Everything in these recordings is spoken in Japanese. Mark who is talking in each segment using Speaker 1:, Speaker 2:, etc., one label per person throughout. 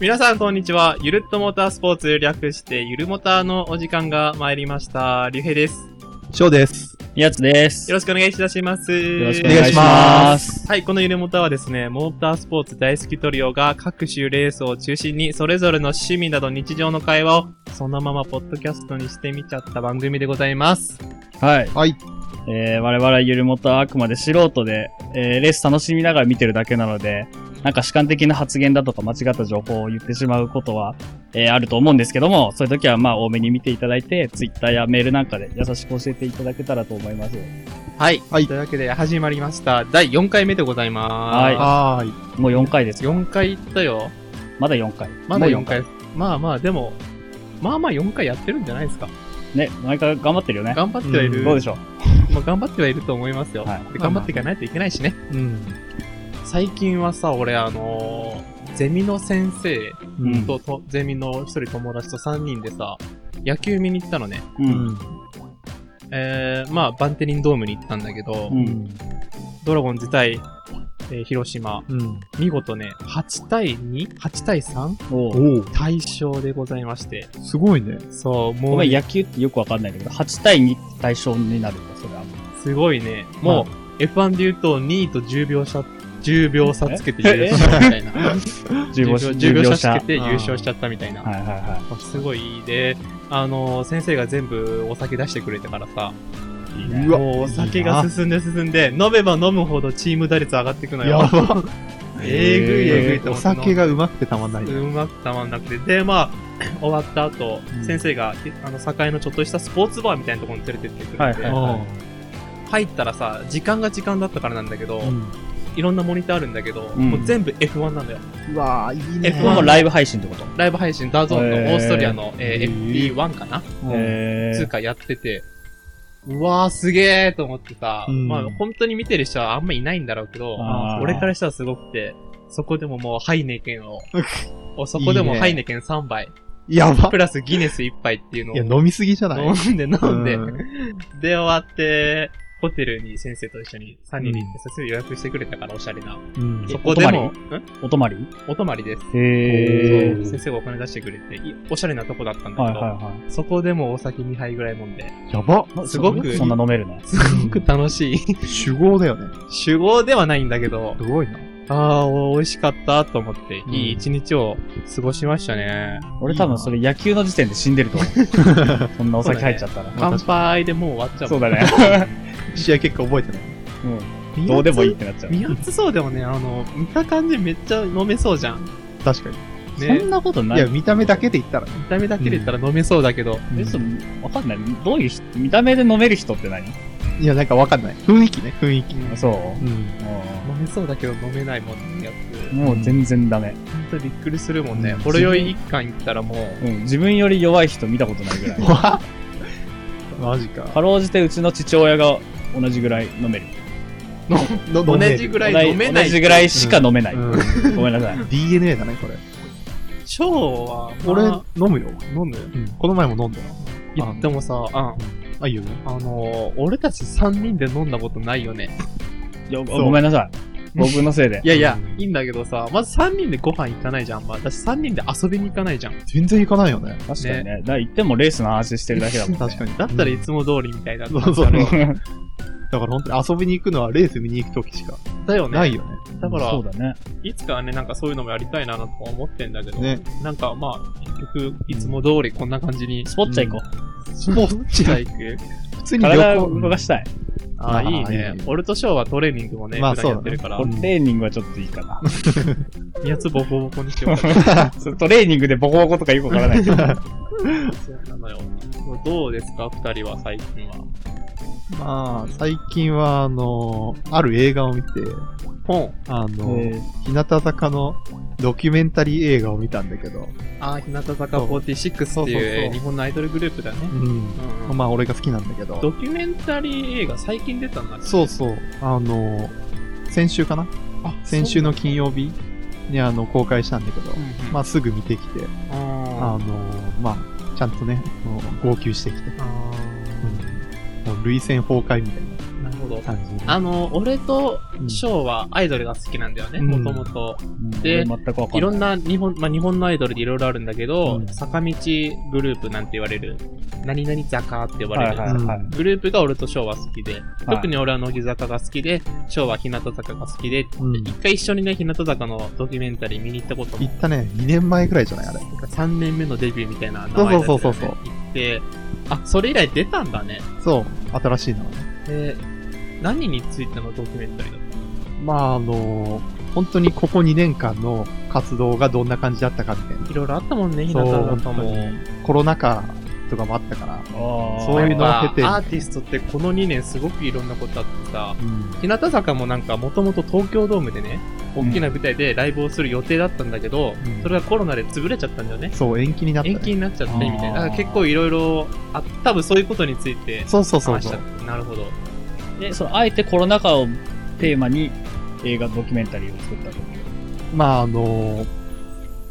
Speaker 1: 皆さん、こんにちは。ゆるっとモータースポーツ略して、ゆるモターのお時間が参りました。りゅうへいです。
Speaker 2: 翔です。
Speaker 3: やつです。
Speaker 1: よろしくお願いいたします。よ
Speaker 3: よろしく。
Speaker 2: お願いします
Speaker 1: はい、このゆるモタはですね、モータースポーツ大好きトリオが各種レースを中心に、それぞれの趣味など日常の会話を、そのままポッドキャストにしてみちゃった番組でございます。
Speaker 3: はい。
Speaker 2: はい。
Speaker 3: えー、我々ゆるもとはあくまで素人で、えー、レース楽しみながら見てるだけなので、なんか主観的な発言だとか間違った情報を言ってしまうことは、えー、あると思うんですけども、そういう時はまあ多めに見ていただいて、ツイッターやメールなんかで優しく教えていただけたらと思います。
Speaker 1: はい。
Speaker 2: はい
Speaker 1: というわけで、始まりました。第4回目でございます。
Speaker 3: はい
Speaker 2: はーい。
Speaker 3: もう4回ですよ。
Speaker 1: 4回行ったよ。
Speaker 3: まだ4回。
Speaker 1: まだ
Speaker 3: もう
Speaker 1: 4回。まあまあ、でも、まあまあ4回やってるんじゃないですか。
Speaker 3: ね、毎回頑張ってるよね。
Speaker 1: 頑張ってはいる。
Speaker 2: うん
Speaker 3: どうでしょう
Speaker 1: まあ、頑張ってはいると思いますよ、
Speaker 3: はい
Speaker 1: で頑張っていかないといけないしね。
Speaker 2: うん。
Speaker 1: 最近はさ、俺、あのーゼミの先生
Speaker 3: うん
Speaker 1: とと、ゼミの一人友達と3人でさ、野球見に行ったのね。
Speaker 3: う。
Speaker 2: うんん。
Speaker 1: えー、まあ、バンテリンドームに行ったんだけど、
Speaker 3: うん
Speaker 1: ドラゴン自体、えー広島、
Speaker 2: うん。
Speaker 1: 見事ね、8対 2?8 対 3?
Speaker 3: おう
Speaker 2: おお、
Speaker 1: 対象でございまして。
Speaker 2: すごいね。
Speaker 1: そう、も
Speaker 3: ご
Speaker 1: う
Speaker 3: めん、
Speaker 1: ね、
Speaker 3: 野球ってよくわかんないんだけど、8対2って対象になるんだ、それは。
Speaker 1: すごいね。もう、F1 で言うと2位と10秒差、10秒差つけて優勝みたいな。
Speaker 3: 10
Speaker 1: 10
Speaker 3: 10
Speaker 1: 秒
Speaker 3: 秒
Speaker 1: 差
Speaker 3: 差
Speaker 1: つけ。て優勝しちゃったみたいな。
Speaker 3: はいはいは
Speaker 1: すごいいいで、あの、先生が全部お酒出してくれてからさ、
Speaker 3: い。いいね
Speaker 2: うわ、
Speaker 1: もうお酒が進んで進んで、飲めば飲むほどチーム打率上がってくのよ。
Speaker 2: やば。
Speaker 1: えぐいえぐいと
Speaker 2: お
Speaker 1: 思って飲んで
Speaker 2: 酒がうまくてたまんないね。
Speaker 1: うまくたまんなくて。で、まあ、終わった後、
Speaker 3: うん
Speaker 1: 先生が、あの、境のちょっとしたスポーツバーみたいなところに連れてってくれて、
Speaker 3: はいはいは
Speaker 2: あ
Speaker 1: 入ったらさ、時間が時間だったからなんだけど、
Speaker 2: あうん
Speaker 1: いろんなモニターあるんだけど、
Speaker 3: ん
Speaker 1: もう全部 F1 なんだよ。
Speaker 2: うわー、いいね。
Speaker 1: F1
Speaker 3: これもライブ配信ってこと
Speaker 1: ライブ配信、ダゾーンの
Speaker 3: へー
Speaker 1: オーストリアの、えー
Speaker 2: へー
Speaker 1: FP1 かな
Speaker 3: え
Speaker 1: つうかやってて、うわーすげーと思ってさ、
Speaker 2: うん
Speaker 1: まあ本当に見てる人はあんまいないんだろうけど、
Speaker 3: あー
Speaker 1: 俺からしたらすごくて、そこでももうハイネケンを、おそこでも
Speaker 2: いいね
Speaker 1: ハイネケン3杯、
Speaker 2: やば
Speaker 1: プ。ラスギネス1杯っていうの
Speaker 2: いや、飲みすぎじゃない
Speaker 1: を飲んで飲んで、
Speaker 2: うん
Speaker 1: で終わって、ホテルに先生と一緒に3人で行って、すぐ予約してくれたからおしゃれな。
Speaker 2: うん
Speaker 3: え
Speaker 1: そこでも
Speaker 3: お、お泊まり
Speaker 1: んお泊まりです。
Speaker 3: へ
Speaker 2: ー
Speaker 1: 先生がお金出してくれて、いおしゃれなとこだったんだけど、
Speaker 3: はいはい
Speaker 1: そこでもお酒2杯ぐらい飲んで、
Speaker 2: やば。
Speaker 3: はい。
Speaker 1: すごく
Speaker 3: そんな飲めるね。
Speaker 1: すごく楽しい。
Speaker 2: 酒豪だよね。
Speaker 1: 酒豪ではないんだけど
Speaker 2: す、ごいな。
Speaker 1: ああ、お美味しかったと思って、
Speaker 2: ん
Speaker 1: いい一日を過ごしましたね。
Speaker 3: 俺多分それ野球の時点で死んでると思う。そんなお酒入っちゃったら。
Speaker 2: まあ
Speaker 1: 乾杯でもう終わっちゃう。
Speaker 3: そう だ。ね。
Speaker 2: 試合結果覚えてない。
Speaker 3: うんどうでもいいってなっちゃう。
Speaker 1: 宮津そうでもね、あの、見た感じめっちゃ飲めそうじゃん。
Speaker 2: 確かに。
Speaker 3: そ
Speaker 1: ね
Speaker 3: ん、なことないい。
Speaker 2: や、見た目だけで言ったらね。
Speaker 1: 見た目だけで言ったら飲めそうだけど、
Speaker 3: えそのわかんない。どういう人見た目で飲める人って何
Speaker 2: いや、なんかわかんない。雰囲気ね、雰囲気。
Speaker 3: そう
Speaker 2: うん。
Speaker 3: う
Speaker 1: 飲めそうだけど飲めないもんね、や
Speaker 3: んもう全然ダメ。
Speaker 1: つ。ほんとびっくりするもんね。
Speaker 2: うん
Speaker 1: ほろ酔い一貫行ったらもう、
Speaker 3: うん自分より弱い人見たことないぐらい。
Speaker 2: わマジか。
Speaker 3: かろうじてうちの父親が同じぐらい飲める。
Speaker 2: の
Speaker 1: 同じぐらい飲めない。
Speaker 3: 同じぐらいしか飲めない。
Speaker 2: うん
Speaker 3: ごめんなさい。
Speaker 2: DNA だね、これ。
Speaker 1: 腸は、
Speaker 2: 俺
Speaker 1: まあ、
Speaker 2: 飲むよ。
Speaker 1: 飲む
Speaker 2: この前も飲んだよ。
Speaker 1: いや、でもさ、あ、
Speaker 2: あ、いいよね。
Speaker 1: あのー、俺たち3人で飲んだことないよね。
Speaker 3: いやごめんなさい。僕のせいで
Speaker 1: い。やいや
Speaker 2: う、ん
Speaker 1: いいんだけどさ、まず3人でご飯行かないじゃん。まあ、私3人で遊びに行かないじゃん。
Speaker 2: 全然行かないよね。
Speaker 3: 確かにね。だから言ってもレースの話してるだけだもんね。
Speaker 2: 確かに。
Speaker 1: だったら
Speaker 2: う
Speaker 1: い
Speaker 2: ん
Speaker 1: つも通りみたいな。
Speaker 2: そうそう
Speaker 1: あれ
Speaker 2: だから本当に遊びに行くのはレース見に行くときしか
Speaker 1: だよね。
Speaker 2: ないよね。
Speaker 1: だから
Speaker 3: そうだね。
Speaker 1: いつかはね、なんかそういうのもやりたいなとか思ってんだけど、
Speaker 2: ね。
Speaker 1: なんかまあ、結局、いつも通りこんな感じに、
Speaker 3: スポッチャ行こう。
Speaker 2: スポーツじゃない
Speaker 1: 行く。
Speaker 2: 普通に旅
Speaker 3: 体を
Speaker 2: 行。
Speaker 3: 動かしたい。
Speaker 1: ああ、
Speaker 2: あ
Speaker 1: い
Speaker 2: ー
Speaker 1: いね
Speaker 2: いい。ね
Speaker 1: 俺とショーはトレーニングもね、
Speaker 2: まあ
Speaker 1: 普段やってるから
Speaker 2: そ
Speaker 3: ト
Speaker 2: う、だね
Speaker 3: レーニングはちょっといいかな。
Speaker 1: やつボコボコにしようか
Speaker 3: そうトレーニングでボコボコとかよくわからないけど。
Speaker 1: な。そうなのよ。 どうですか、二人は最近は。
Speaker 2: まあ、最近は、あの、ある映画を見て、
Speaker 1: 本。
Speaker 2: あの、
Speaker 3: え
Speaker 2: 日向坂のドキュメンタリー映画を見たんだけど、
Speaker 1: ああ、日向坂46って
Speaker 2: そうそう
Speaker 1: い
Speaker 2: そうう
Speaker 1: 日本のアイドルグループだね。
Speaker 2: うん。
Speaker 1: うん
Speaker 2: まあ、俺が好きなんだけど、
Speaker 1: ドキュメンタリー映画最近出たんだっけ
Speaker 2: そうそう、あの、先週かな
Speaker 1: あ
Speaker 2: 先週の金曜日にあの公開したんだけど、ま
Speaker 1: ま
Speaker 2: あ、すぐ見てきて、あ
Speaker 1: あ
Speaker 2: のまあ、ちゃんとね、もう号泣してきて、
Speaker 1: あ
Speaker 2: もう涙腺崩壊みたいな。
Speaker 1: ーなるほほど。
Speaker 2: 感じる。
Speaker 1: あの、俺と
Speaker 2: うん
Speaker 1: 翔はアイドルが好きなんだよね、
Speaker 2: うん
Speaker 1: もともと。で
Speaker 3: で、俺全くわか
Speaker 1: いろ
Speaker 3: ん
Speaker 1: ん
Speaker 3: ない。
Speaker 1: な日本、まあ、日本のアイドルでいろいろあるんだけど、
Speaker 2: うん
Speaker 1: 坂道グループなんて言われる、何々坂って呼ばれる、
Speaker 3: はいはいはい
Speaker 1: グループが俺と翔は好きで、
Speaker 3: はい
Speaker 1: 特に俺は乃木坂が好きで、翔は日向坂が好きで、
Speaker 2: うん。
Speaker 1: 一回一緒にね、日向坂のドキュメンタリー見に行ったこと
Speaker 2: 行
Speaker 1: も、
Speaker 2: ったね、2年前くらいじゃないあれ。
Speaker 1: なんか3年目のデビューみたいな名
Speaker 2: そう
Speaker 1: 前だった
Speaker 2: そ
Speaker 1: よね
Speaker 2: うそうそう
Speaker 1: 行って、あ、それ以来出たんだね。
Speaker 2: そう、新しいのはね。
Speaker 1: で、何についてのドキュメンタリーだっ
Speaker 2: まあ、あの本当にここ2年間の活動がどんな感じだったかみたいな。
Speaker 1: たいろいろあったもんね、日
Speaker 2: そ
Speaker 1: 向
Speaker 2: う、
Speaker 1: 坂
Speaker 2: 本当
Speaker 1: も。
Speaker 2: に。コロナ禍とかもあったから。
Speaker 3: そ
Speaker 2: そういうのを経て
Speaker 1: やっぱアーティストってこの2年すごくいろんなことあってさ、
Speaker 2: うん。
Speaker 1: 日向坂もなんかもともと東京ドームでね、大きな舞台でライブをする予定だったんだけど、
Speaker 2: うん
Speaker 1: それがコロナで潰れちゃったんだよね。
Speaker 2: そう、延期になった、ね。
Speaker 1: 延期になっちゃってみたいな。だ
Speaker 3: あー
Speaker 1: から結構いろいろあ多分そういうことについて
Speaker 2: そうそうそう
Speaker 1: 話し
Speaker 2: そ
Speaker 1: た
Speaker 2: う。。
Speaker 1: なるほど。
Speaker 3: で、その、あえてコロナ禍をテーマに映画ドキュメンタリーを作ったと。
Speaker 2: まあ、あの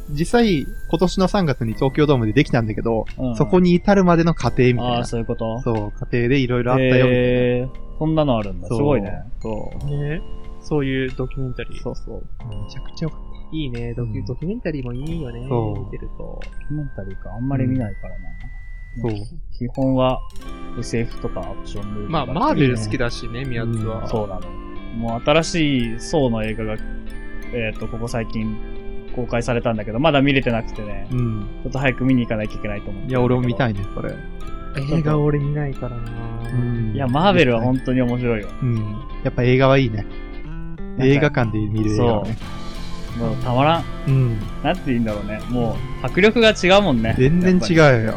Speaker 2: 実際、今年の3月に東京ドームでできたんだけど、
Speaker 3: うん
Speaker 2: そこに至るまでの過程みたい
Speaker 3: ああー、
Speaker 2: な。
Speaker 3: そういうこと
Speaker 2: そう、過程でいろいろあったよみたいな。
Speaker 3: へーそんなのあるんだ。す
Speaker 2: そう
Speaker 3: ごいね。
Speaker 2: そう。
Speaker 1: ねそういうドキュメンタリー。
Speaker 2: そうそう。めちゃくちゃよかっ
Speaker 1: いいね。ドキュ、
Speaker 2: うん
Speaker 1: ドキュメンタリーもいいよね。
Speaker 2: そう
Speaker 1: 見てると。
Speaker 3: ドキュメンタリーか、あんまり見ないからな。
Speaker 2: た。
Speaker 3: うん
Speaker 2: そう。
Speaker 3: 基本は SF とかアクションムービー
Speaker 1: まあ、
Speaker 3: だったりね
Speaker 1: マーベル好きだしね、宮津は。
Speaker 3: そうなの。もう新しい層の映画が、えっ、と、ここ最近公開されたんだけど、まだ見れてなくてね、
Speaker 2: うん。
Speaker 3: ちょっと早く見に行かなきゃいけないと思って。
Speaker 2: いや、俺も見た
Speaker 3: い。
Speaker 2: いね、それ。
Speaker 1: 映画俺見ないからな、
Speaker 2: うん
Speaker 3: いや、マーベルは本当に面白いよ。
Speaker 2: うん。やっぱ映画はいいね。映画館で見る映画はね。
Speaker 3: もうたまらん。
Speaker 2: うん。
Speaker 3: なんて言うんだろうね。もう、迫力が違うもんね。
Speaker 2: 全然
Speaker 3: う。
Speaker 2: 違うよ。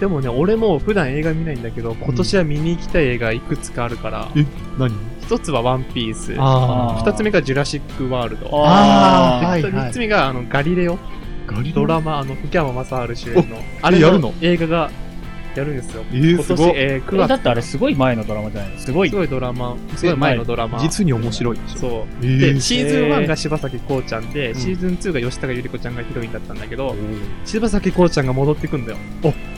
Speaker 1: でもね、俺も普段映画見ないんだけど、今年は見に行きたい映画いくつかあるから、
Speaker 2: え何
Speaker 1: 一つはワンピース、
Speaker 2: あ
Speaker 3: あ
Speaker 1: 二つ目がジュラシックワールド、
Speaker 3: あ
Speaker 2: あー
Speaker 3: あ
Speaker 2: はい
Speaker 1: で三つ目があのガリレオ、
Speaker 2: ー。ガリ
Speaker 1: ドラマ、あの、福山雅治主演の、あれ
Speaker 2: やるの
Speaker 1: 映画がやるんですよ。
Speaker 2: えー、
Speaker 1: 今
Speaker 2: す
Speaker 1: 年
Speaker 2: ご、い。
Speaker 1: えー、9
Speaker 3: えだ
Speaker 1: 月、
Speaker 3: ってあれすごい前のドラマじゃないすごい。
Speaker 1: すごいドラマ、すごい前のドラマ。
Speaker 2: 実に面白いでしょ。
Speaker 1: そう。
Speaker 2: え
Speaker 1: で、
Speaker 2: ー
Speaker 1: シーズン1が柴咲コウちゃんで、
Speaker 2: ん
Speaker 1: シーズン2が吉高由里子ちゃんがヒロインだったんだけど、柴咲コウちゃんが戻ってくんだよ。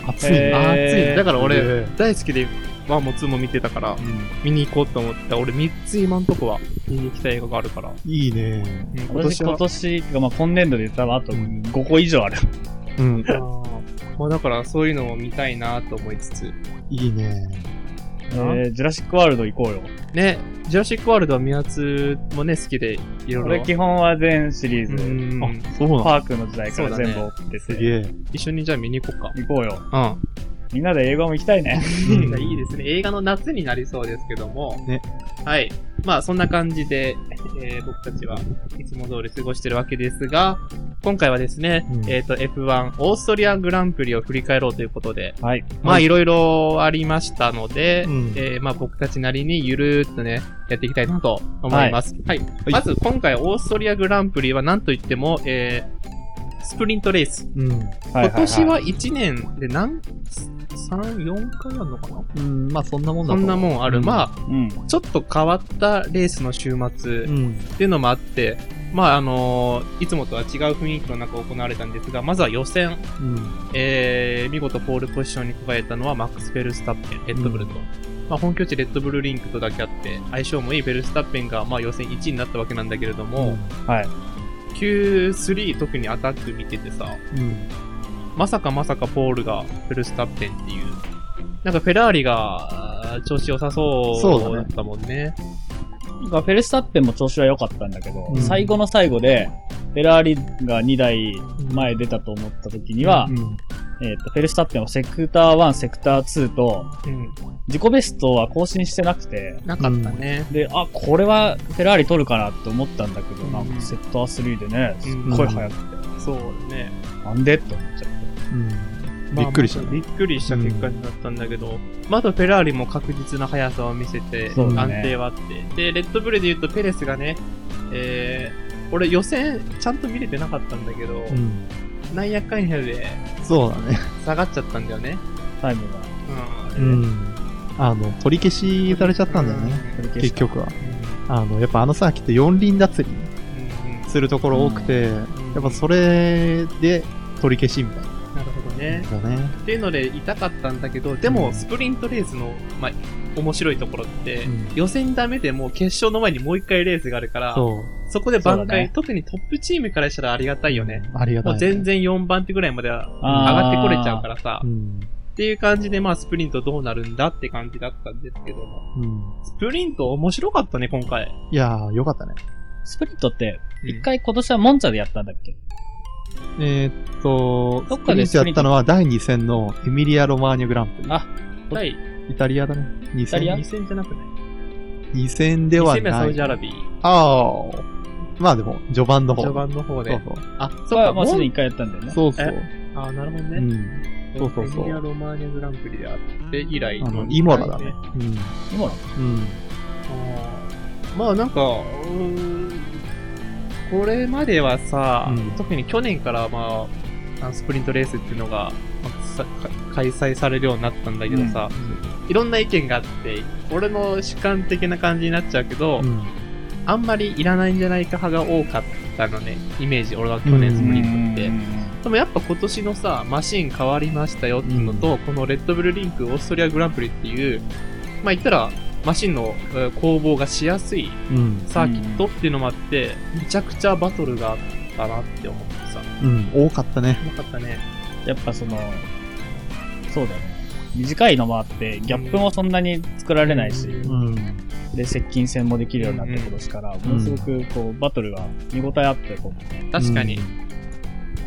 Speaker 2: 熱いね
Speaker 3: えー
Speaker 1: あーついに。だから
Speaker 2: え
Speaker 1: 俺、
Speaker 2: ー
Speaker 1: 大好きで、1も2も見てたから、見に行こうと思って、俺3つ今んとこは見に行きたい映画があるから、
Speaker 2: いいね。
Speaker 1: うん今
Speaker 3: 私
Speaker 1: 年
Speaker 3: 今
Speaker 1: は。
Speaker 3: 年が、まあ今年度で言ったらあと
Speaker 2: うん
Speaker 3: 5個以上ある。
Speaker 2: うん。
Speaker 1: あーまあだからそういうのを見たいなと思いつつ。
Speaker 2: いいね。
Speaker 3: えー、ジュラシックワールド行こうよ。
Speaker 1: ね、ジュラシックワールドは宮津もね、好きで、いろ
Speaker 3: こ
Speaker 1: い
Speaker 3: れ
Speaker 1: ろ。
Speaker 3: 基本は全シリー
Speaker 1: う
Speaker 3: ズ。
Speaker 1: ん
Speaker 2: あ、そうなの
Speaker 3: パークの時代から全部追って
Speaker 2: す
Speaker 3: て。
Speaker 2: げえ。
Speaker 1: 一緒にじゃあ見に行こう
Speaker 3: 行こうよ。
Speaker 1: か。
Speaker 3: みんなで映画も行きたいね。
Speaker 1: うん。いいですね。映画の夏になりそうですけども。
Speaker 2: ね。
Speaker 1: はい。まあそんな感じで、えー僕たちはいつも通り過ごしてるわけですが、今回はですね、
Speaker 2: うん
Speaker 1: えっ、と F1 オーストリアグランプリを振り返ろうということで、
Speaker 3: はい。
Speaker 1: まあ
Speaker 2: はい
Speaker 1: いろいろありましたので、
Speaker 2: うん
Speaker 1: えーまあ僕たちなりにゆるーっとね、やっていきたいなと思います。はい。
Speaker 2: い
Speaker 1: まず今回オーストリアグランプリは何と言っても、えースプリントレース。
Speaker 2: うん。
Speaker 1: 今年
Speaker 3: い
Speaker 1: は1年で何、3、4回あるのかな
Speaker 2: うん、まあそんなもんだ
Speaker 1: そんなもんある。ま
Speaker 3: い。うん。
Speaker 1: あ、ちょっと変わったレースの週末
Speaker 2: う
Speaker 1: っ
Speaker 2: ん。
Speaker 1: ていうのもあって、まああのーいつもとは違う雰囲気の中行われたんですが、まずは予選。
Speaker 2: うん。
Speaker 1: えー見事ポールポジションに輝いたのはマックス・フェルスタッペン、レッドブルと。まあ、本拠地レッドブルリンクとだけあって、相性もいいフェルスタッペンが、まあ、予選1位になったわけなんだけれども、
Speaker 3: はい。
Speaker 1: Q3 特にアタック見ててさ、
Speaker 2: うん。
Speaker 1: まさかまさかポールがフェルスタッペンっていう、なんかフェラーリがあー調子良さそ
Speaker 2: そう
Speaker 1: うだ
Speaker 2: だね
Speaker 1: ったもんね。
Speaker 3: なんかフェルスタッペンも調子は良かったんだけど、
Speaker 2: うん
Speaker 3: 最後の最後で、フェラーリが2台前出たと思った時には、
Speaker 2: うん。
Speaker 3: えっ、と、フェルスタッペンはセクター1、セクター2と、
Speaker 1: うん、
Speaker 3: 自己ベストは更新してなくて、
Speaker 1: なかったね。
Speaker 3: で、あ、これはフェラーリ取るかなって思ったんだけど、
Speaker 1: うん
Speaker 3: なんかセクター3でね、すっごい速くて、
Speaker 1: そうだね。
Speaker 3: なんでって思っちゃっ
Speaker 2: うん
Speaker 1: まあ
Speaker 2: びっくりした
Speaker 1: まあ
Speaker 2: ね。
Speaker 1: びっくりした結果になったんだけど、まだフェラーリも確実な速さを見せて、
Speaker 3: そう
Speaker 2: だ
Speaker 1: 安
Speaker 3: ね
Speaker 1: 定はあって。で、レッドブルで言うとペレスがね、えー、俺予選ちゃんと見れてなかったんだけど、
Speaker 2: うん。
Speaker 1: なんやかんやで
Speaker 2: そうだね。
Speaker 1: 下がっちゃったんだよね。
Speaker 3: た。タイムが
Speaker 1: う。
Speaker 2: うんん。あの、取り消しされちゃったんだよね。
Speaker 3: 取り消し
Speaker 2: 結
Speaker 3: た。
Speaker 2: 局は。あの、やっぱあのサーキット4輪脱輪するところ多くて、
Speaker 1: うん
Speaker 2: やっぱそれで取り消しみたいな。
Speaker 1: なるほどね。
Speaker 2: だね。
Speaker 1: っていうので痛かったんだけど、で
Speaker 2: う
Speaker 1: も
Speaker 2: ん
Speaker 1: スプリントレースの、まあ、面白いところって、
Speaker 2: うん
Speaker 1: 予選ダメでもう決勝の前にもう一回レースがあるから、そ
Speaker 2: そう。
Speaker 1: こで挽
Speaker 3: そうだ
Speaker 1: 回、
Speaker 3: ね
Speaker 1: 特にトップチームからしたらありがたいよね。。
Speaker 2: ありがた
Speaker 1: も
Speaker 2: い。
Speaker 1: う全。然4番手ぐらいまでは上が
Speaker 3: あ
Speaker 1: っ
Speaker 3: ー
Speaker 1: てこれちゃうからさ
Speaker 2: う、ん。
Speaker 1: っていう感じでまあスプリントどうなるんだって感じだったんですけども、
Speaker 2: うん。
Speaker 1: スプリント面白かったね、今回。
Speaker 2: いやー、よかったね。
Speaker 3: スプリットって、
Speaker 1: うん
Speaker 3: 一回今年はモンチャでやったんだっけ
Speaker 2: えーっと、
Speaker 3: どっかで
Speaker 2: スプリントやったのは第2戦のエミリア・ロマーニョグランプリ。
Speaker 3: あ
Speaker 1: 第
Speaker 2: イタリアだね。2
Speaker 3: タリア
Speaker 2: 戦
Speaker 1: 2戦じゃなくない
Speaker 2: 二戦で
Speaker 1: ?2
Speaker 2: は
Speaker 1: 戦目は
Speaker 2: な
Speaker 1: サウジア
Speaker 2: い。
Speaker 1: ラビー。
Speaker 2: ああ。まあでも、序盤の方。
Speaker 1: 序盤の方
Speaker 2: そ
Speaker 1: で
Speaker 2: う。そう。
Speaker 1: あ、そ
Speaker 3: ま
Speaker 1: っ
Speaker 3: あ
Speaker 1: か、
Speaker 3: まあ、
Speaker 1: モ
Speaker 3: すでに
Speaker 1: ン
Speaker 3: 一回やったんだよね。
Speaker 2: そうそう。
Speaker 1: あ、なるほど
Speaker 2: う
Speaker 1: ね。
Speaker 2: ん。そうそうそう
Speaker 1: エミリア・ロマーニャグランプリであって以来
Speaker 2: あ
Speaker 1: の
Speaker 2: の、イモラだね。
Speaker 3: 今の
Speaker 2: うん。うん。
Speaker 1: あーまあなんか、うーんこれまではさ、
Speaker 2: うん
Speaker 1: 特に去年からまあ、あのスプリントレースっていうのが、まあさか開催されるようになったんだけどさ、いろんな意見があって、俺の主観的な感じになっちゃうけど、
Speaker 2: うん。
Speaker 1: あんまりいらないんじゃないか派が多かったのね、イメージ、俺は去年スプリントって。でもやっぱ今年のさ、マシン変わりましたよっていうのと、このレッドブルリンクオーストリアグランプリっていう、まあ言ったら、マシンのえー攻防がしやすい
Speaker 2: うん。
Speaker 1: サーキットっていうのもあって、めちゃくちゃバトルがあったなって思ってさ、う
Speaker 2: うん。多かったね。
Speaker 1: まかったね。
Speaker 3: やっぱその、そうだよね。短いのもあって、ギャップもそんなに作られないし、
Speaker 1: う
Speaker 2: うん。
Speaker 3: で、接近戦もできるようになって今年から、ものすごくこう、バトルが見応えあって、こう、
Speaker 1: 確かに。じ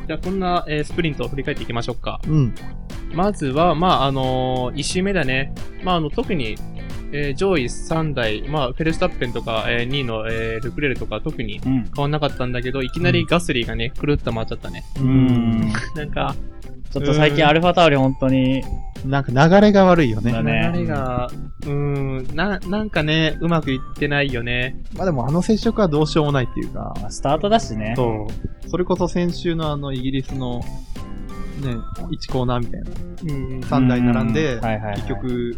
Speaker 1: ゃあこんな、えースプリントを振り返っていきましょうか。
Speaker 2: うん。
Speaker 1: まずは、まあ、あのー、1周目だね。まあ、あの、特に、えー上位3台、まあ、フェルスタッペンとか、え2位の、えールクレールとか特に
Speaker 3: うん。
Speaker 1: 変わんなかったんだけど、いきなりガスリーがね、くるっと回っちゃったね。
Speaker 2: う。
Speaker 3: うんん。
Speaker 1: なんか、
Speaker 3: ちょっと最近
Speaker 1: うん
Speaker 3: アルファタオリ本当に、
Speaker 2: なんか流れが悪いよね。
Speaker 3: だね
Speaker 1: 流れが、うーん、な、なんかね、うまくいってないよね。
Speaker 2: まあでもあの接触はどうしようもないっていうか、
Speaker 3: まあスタートだしね。
Speaker 2: そう。それこそ先週のあのイギリスの、ね、1コーナーみたいな。
Speaker 1: うん
Speaker 2: 3台並んで
Speaker 3: うはいはいはい
Speaker 2: 結局、ぶ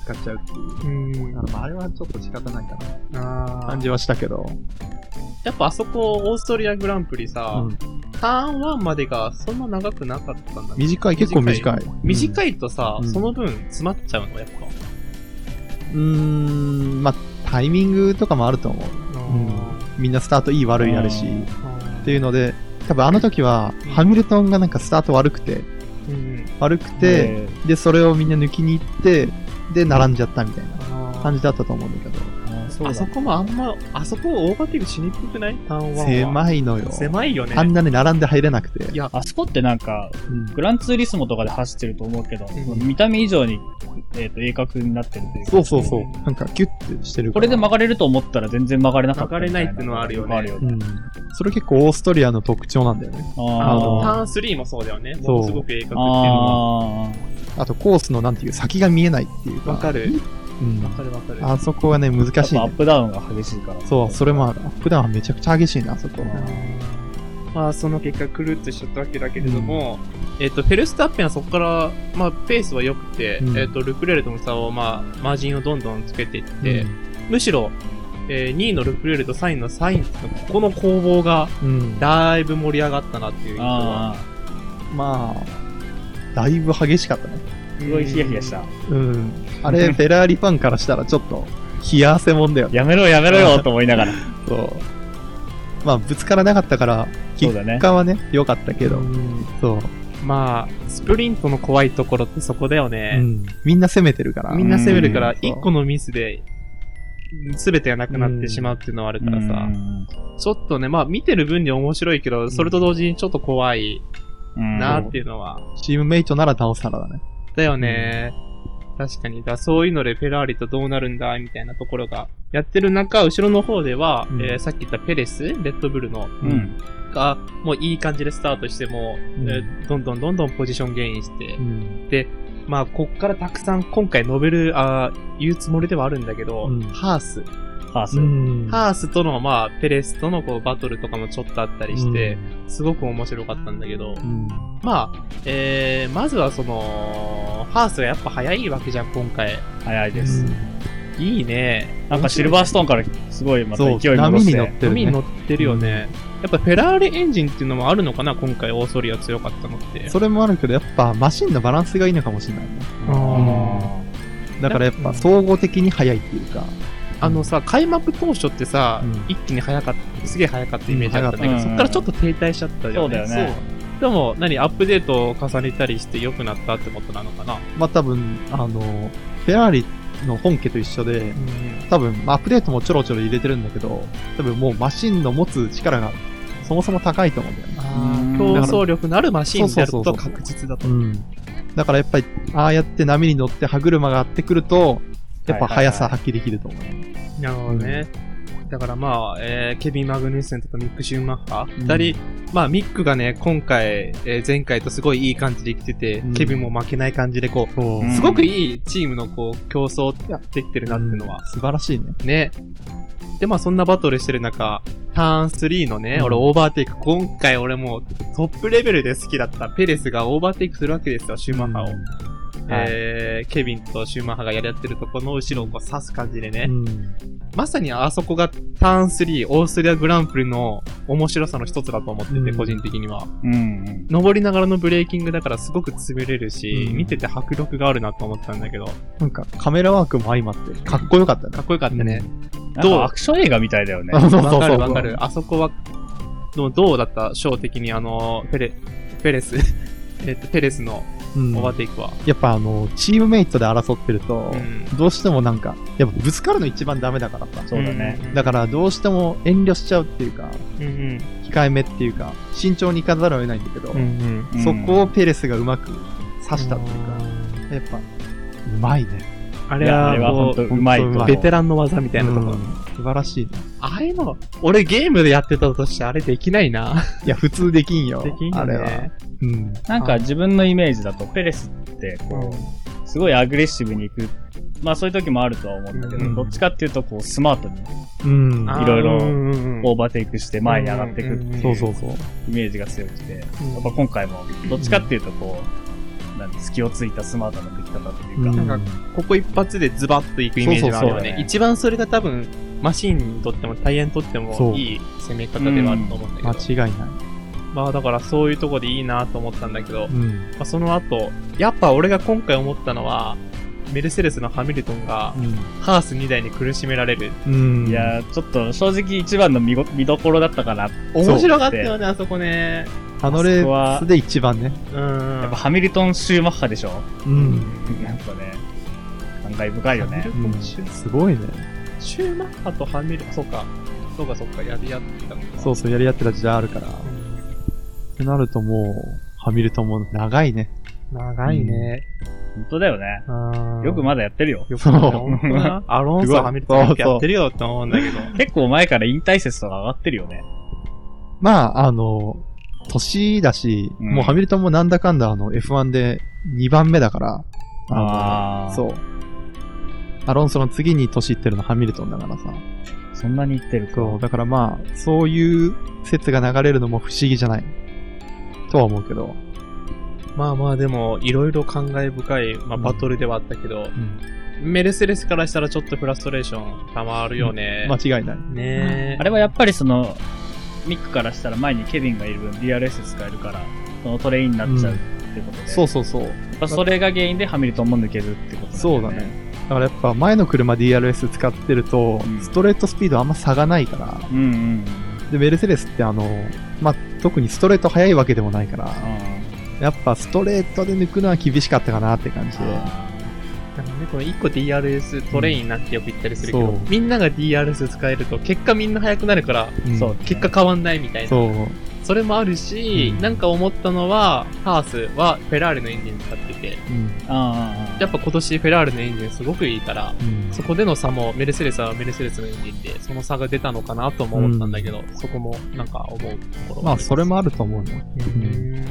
Speaker 2: つかっちゃうっていう。
Speaker 1: うん
Speaker 2: あ。のまああれはちょっと仕方ないかな。
Speaker 1: あ
Speaker 2: 感
Speaker 1: ー
Speaker 2: じはしたけど。
Speaker 1: やっぱあそこ、オーストリアグランプリ
Speaker 2: う
Speaker 1: さ、
Speaker 2: ん。
Speaker 1: ターン1までがそんな長くなかったんだね。
Speaker 2: 短い、結構短い。
Speaker 1: 短
Speaker 2: い。
Speaker 1: いとさ、
Speaker 2: うん
Speaker 1: その分詰まっちゃうの、やっぱ。
Speaker 2: うーん、まあ、タイミングとかもあると思う。みんなスタートいい悪いあるし。
Speaker 3: うん
Speaker 2: っていうので、多分あの時は
Speaker 1: うん、
Speaker 2: ハミルトンがなんかスタート悪くて、
Speaker 1: うん。
Speaker 2: 悪くて、
Speaker 3: え
Speaker 2: で、それをみんな抜きに行って、で、並んじゃったみたいな
Speaker 1: あ
Speaker 2: 感じだったと思うんだけど。
Speaker 3: ー、あそう
Speaker 1: あそ
Speaker 3: だ。
Speaker 1: こもあんま、あそこをオーバーテイクしにくくないターン1は。
Speaker 2: 狭いのよ。
Speaker 1: 狭いよね。
Speaker 2: あんなね、並んで入れなくて。
Speaker 1: いや、
Speaker 3: あそこってなんか、
Speaker 2: うん
Speaker 3: グランツーリスモとかで走ってると思うけど、
Speaker 1: うん
Speaker 3: 見た目以上に、えっ、と、鋭角になってるというか。
Speaker 2: そうそうそう。なんかキュッてしてるか
Speaker 3: こ
Speaker 2: ら。
Speaker 3: れで曲がれると思ったら全然曲がれなかったみた
Speaker 1: 曲がれないっていうのはあるよね
Speaker 3: あるよ
Speaker 2: う
Speaker 3: ね。
Speaker 2: ん。それ結構オーストリアの特徴なんだよね。
Speaker 1: あの、ター
Speaker 3: あー
Speaker 1: ン3もそうだよね。
Speaker 2: そう
Speaker 1: ものすごく鋭角っていうのは。
Speaker 3: あ
Speaker 2: あとコースのなんていう先が見えないっていうか。
Speaker 1: わかる。
Speaker 2: うん
Speaker 1: わ。かるわかる。
Speaker 2: あそこがね、難
Speaker 3: ー。やっ
Speaker 2: しい、
Speaker 3: ぱア
Speaker 2: ね
Speaker 3: ッ。プダウンが激しいから。
Speaker 2: そう、それもある。アップダウンはめちゃくちゃ激しいな、あそこ。
Speaker 1: まあ、その結果、くるっとしちゃったわけだけれども、えっと、フェルスタッペンはそこから、まあ、ペースは良くて、
Speaker 2: うん
Speaker 1: えっと、ルクレールとの差を、まあ、マージンをどんどんつけていって、むしろ、え2位のルクレールと3位のサインズのここの攻防が、
Speaker 2: うん。
Speaker 1: だいぶ盛り上がったなっていう印象が。
Speaker 3: ああ、
Speaker 2: まあ、だいぶ激しかったね。
Speaker 3: すごいヒヤヒヤした。
Speaker 2: うん。あれ、フェラーリファンからしたらちょっと、冷や汗もんだよね。
Speaker 3: やめろやめろよと思いながら。
Speaker 2: そう。まあ、ぶつからなかったから、
Speaker 3: そ
Speaker 2: 結
Speaker 3: うだね。
Speaker 2: 果はね、良かったけど。
Speaker 1: うん
Speaker 2: そう。
Speaker 1: まあ、スプリントの怖いところってそこだよね。
Speaker 2: うん。みんな攻めてるから。
Speaker 1: みんな攻めるか
Speaker 2: う
Speaker 1: ら、
Speaker 2: ん
Speaker 1: 一個のミスで、すべてがなくなってしまうっていうのはあるからさ、ちょっとね、まあ見てる分には面白いけど、それと同時にちょっと怖いなっていうのは、
Speaker 2: チームメイトならなおさらだね。
Speaker 1: だよね。確かに。だそういうのでフェラーリとどうなるんだ、みたいなところが、やってる中、後ろの方では、
Speaker 2: うん
Speaker 1: えーさっき言ったペレス、レッドブルの、
Speaker 3: うん。うん。
Speaker 1: が、もういい感じでスタートしても、
Speaker 2: ん
Speaker 1: えーどんどんどんどんポジションゲインして、
Speaker 2: ん。
Speaker 1: まあ、こっからたくさん今回ノベル、あー言うつもりではあるんだけど、
Speaker 2: うん
Speaker 1: ハース、
Speaker 3: ハース。
Speaker 2: うん
Speaker 1: ハースとの、まあ、ペレスとのこうバトルとかもちょっとあったりして、、すごく面白かったんだけど、
Speaker 2: うん。
Speaker 1: まあ、えー、まずはその、ハースがやっぱ早いわけじゃん、今回。
Speaker 3: 早いです。
Speaker 1: いいね。
Speaker 3: なんかシルバーストーンからすごいまた
Speaker 2: そう
Speaker 3: 勢い戻
Speaker 2: 波
Speaker 3: し。
Speaker 2: に乗っててる、ね、
Speaker 1: 海に乗ってるよね。やっぱフェラーリエンジンっていうのもあるのかな今回オーソリア強かったのって。
Speaker 2: それもあるけどやっぱマシンのバランスがいいのかもしれないね
Speaker 1: あ
Speaker 2: だからやっ
Speaker 1: うん
Speaker 2: ぱ総合的に速いっていうか、
Speaker 1: あのさ、開幕当初ってさ、
Speaker 2: うん
Speaker 1: 一気に速かった、すげえ速かったイメージあったんだけど、
Speaker 3: うん
Speaker 1: そっからちょっと停滞しちゃったよね。
Speaker 3: そうだよね
Speaker 1: そう。でも、何、アップデートを重ねたりして良くなったってことなのかな
Speaker 2: まあ多分あのフェラーリの本家と一緒で多分、まあ、アップデートもちょろちょろ入れてるんだけど多分もうマシンの持つ力がそもそも高いと思うんだよね
Speaker 1: あー
Speaker 3: うん
Speaker 1: 競争力のあるマシンでやる
Speaker 2: そうそ
Speaker 1: と
Speaker 2: うそうそう
Speaker 1: 確実だと。
Speaker 2: うんだからやっぱりああやって波に乗って歯車が合ってくるとやっぱ速さ発揮できると思う、
Speaker 1: なるほどね。だからまあ、えーケビン・マグヌッセンとかミック・シューマッハ、
Speaker 2: うん
Speaker 1: 二人、まあミックがね、今回、えー前回とすごいいい感じで来てて、
Speaker 2: うん
Speaker 1: ケビンも負けない感じでこう、
Speaker 3: うん
Speaker 1: すごくいいチームのこう、競争できてるなっていうのは、
Speaker 2: 素晴らしいね
Speaker 1: ね。で、まあそんなバトルしてる中、ターン3のね、
Speaker 2: うん
Speaker 1: 俺オーバーテイク、今回俺もうトップレベルで好きだったペレスがオーバーテイクするわけですよ、シューマッハを。えーケビンとシューマッハがやり合ってるとこの後ろをこう刺す感じでね、
Speaker 2: うん
Speaker 1: まさにあそこがターン3、オーストリアグランプリの面白さの一つだと思ってて、
Speaker 2: うん
Speaker 1: 個人的には。
Speaker 3: うん。
Speaker 1: 登りながらのブレーキングだからすごく潰れるし、
Speaker 2: うん
Speaker 1: 見てて迫力があるなと思ったんだけど、
Speaker 2: なんかカメラワークも相まってかっこよかったね
Speaker 1: かっこよかったね。
Speaker 3: どう
Speaker 1: どう
Speaker 3: アクション映画みたいだよ ね。
Speaker 2: あそうそうそ
Speaker 1: わ
Speaker 2: う
Speaker 1: かるわかる。あそこは、のどうだったショー的にあの、ペレ、ペレス、 えっと、ペレスの
Speaker 2: うん
Speaker 1: オーバーテイクは。
Speaker 2: やっぱあの、チームメイトで争ってると、
Speaker 1: うん
Speaker 2: どうしてもなんか、やっぱぶつかるの一番ダメだからさ。
Speaker 3: そうだね。。
Speaker 2: だ
Speaker 1: か
Speaker 2: からどうしても遠慮しちゃうっていうか、
Speaker 1: ら、うん
Speaker 2: 控えめっていうか、慎重に行かざるを得ないんだけど、
Speaker 1: うん。うん
Speaker 3: うん
Speaker 2: そこをペレスがうまく刺したっていうか、やっぱ、うまいね。
Speaker 1: あ
Speaker 3: い
Speaker 1: れ
Speaker 3: や、あ
Speaker 1: は
Speaker 3: れは
Speaker 1: も
Speaker 3: 本当
Speaker 1: う、
Speaker 3: うまいと思う。
Speaker 1: ベテランの技みたいなところ
Speaker 2: うん。素晴らしいね。
Speaker 1: ああいうの、俺ゲームでやってたとしてあれできないな。
Speaker 2: いや、普通できんよ。
Speaker 1: できん
Speaker 2: あ
Speaker 1: よ
Speaker 2: れは
Speaker 1: ね。。
Speaker 2: うん。
Speaker 3: なんか自分のイメージだと、ペレスって、こう、すごいアグレッシブに行く。まあそういう時もあるとは思うんだけ
Speaker 1: う
Speaker 3: ど、
Speaker 1: ん
Speaker 3: どっちかっていうと、こう、スマートに
Speaker 2: うん。
Speaker 1: あー
Speaker 3: いろいろ
Speaker 1: うんうんうん
Speaker 3: オーバーテイクして前に上がっていくってい
Speaker 2: そうそううそう。
Speaker 3: イメージが強くて、や
Speaker 1: うん
Speaker 3: っぱ今回も、どっちかっていうと、こう、なんて隙をついたスマートな出来方っていうか、
Speaker 1: なんかここ一発でズバッといくイメージがあるよ
Speaker 3: そうそう
Speaker 1: ね
Speaker 3: そう。
Speaker 1: 一番それが多分、マシンにとっても、タイヤにとって
Speaker 2: そ
Speaker 1: も
Speaker 2: う
Speaker 1: いい攻め方ではあると思うんだけど。
Speaker 2: 間違いない。
Speaker 1: まあだからそういうとこでいいなと思ったんだけど、
Speaker 2: うん。
Speaker 1: まあ、その後、やっぱ俺が今回思ったのは、メルセデスのハミルトンがハース2台に苦しめられる。
Speaker 2: うん。うん
Speaker 3: い、やー、ちょっと正直一番の見ご見どころだったかな。
Speaker 1: 面白かったよね、あそこね。
Speaker 2: あのレースで一番ね。
Speaker 1: うん。
Speaker 3: やっぱハミルトン・シューマッハでしょ
Speaker 2: うん。
Speaker 3: なんかね、感慨深いよね。
Speaker 2: うんすごいね。
Speaker 1: シューマッハとハミルそうか。そうかそうか、やり合ってたのか。
Speaker 2: そうそう、やり合ってた時代あるから。っ
Speaker 1: うん。
Speaker 2: てなるともう、ハミルトンも長いね。
Speaker 1: 長いね。
Speaker 3: 本当だよね。
Speaker 1: あー
Speaker 3: よくまだやってるよ。
Speaker 1: よく
Speaker 2: そう
Speaker 1: 本当だ アロンソ、ハミルトンよくやってるよって思うんだけど。
Speaker 3: 結構前から引退説とか上がってるよね。
Speaker 2: まあ、あの、年だし、
Speaker 3: うん
Speaker 2: もうハミルトンもなんだかんだあの F1 で2番目だから。
Speaker 3: あー
Speaker 2: そう。アロンソの次に年いってるのハミルトンだからさ。
Speaker 3: そんなに言ってるか。
Speaker 2: そう、だからまあ、そういう説が流れるのも不思議じゃない。とは思うけど。
Speaker 1: まあまあでも、いろいろ感慨深い、まあ
Speaker 2: うん
Speaker 1: バトルではあったけど、
Speaker 2: うん
Speaker 1: メルセデスからしたらちょっとフラストレーション溜まるよね。
Speaker 2: 間違いない。
Speaker 1: ねえ。
Speaker 3: あれはやっぱりその、ミックからしたら前にケビンがいる分 DRS 使えるから、そのトレインになっちゃうってことで。
Speaker 2: そうそうそう。
Speaker 3: やっぱそれが原因でハミルトンも抜けるってこと
Speaker 2: そうだね。。だからやっぱ前の車 DRS 使ってると
Speaker 3: う、ん
Speaker 2: ストレートスピードあんま差がないから、
Speaker 3: うんうん。
Speaker 2: で、メルセデスってあの、まあ、特にストレート速いわけでもないから、やっぱストレートで抜くのは厳しかったかなって感じで。
Speaker 1: なんかね、この1個 DRS トレインなんてよく言ったりするけ
Speaker 2: う
Speaker 1: ど
Speaker 2: んそう、
Speaker 1: みんなが DRS 使えると、結果みんな速くなるから、
Speaker 2: ん
Speaker 3: そう
Speaker 1: 結果変わんないみたいな。
Speaker 2: そう。
Speaker 1: それもあるし、
Speaker 2: うん
Speaker 1: なんか思ったのは、ハースはフェラーリのエンジン使ってて、
Speaker 2: うん。
Speaker 3: あーあー。
Speaker 1: やっぱ今年フェラーリのエンジンすごくいいから、
Speaker 2: うん
Speaker 1: そこでの差もメルセデスはメルセデスのエンジンで、その差が出たのかなとも思ったんだけど、そこもなんか思うところ
Speaker 2: まあ、それもあ
Speaker 1: る。
Speaker 2: ると思うね。
Speaker 1: うん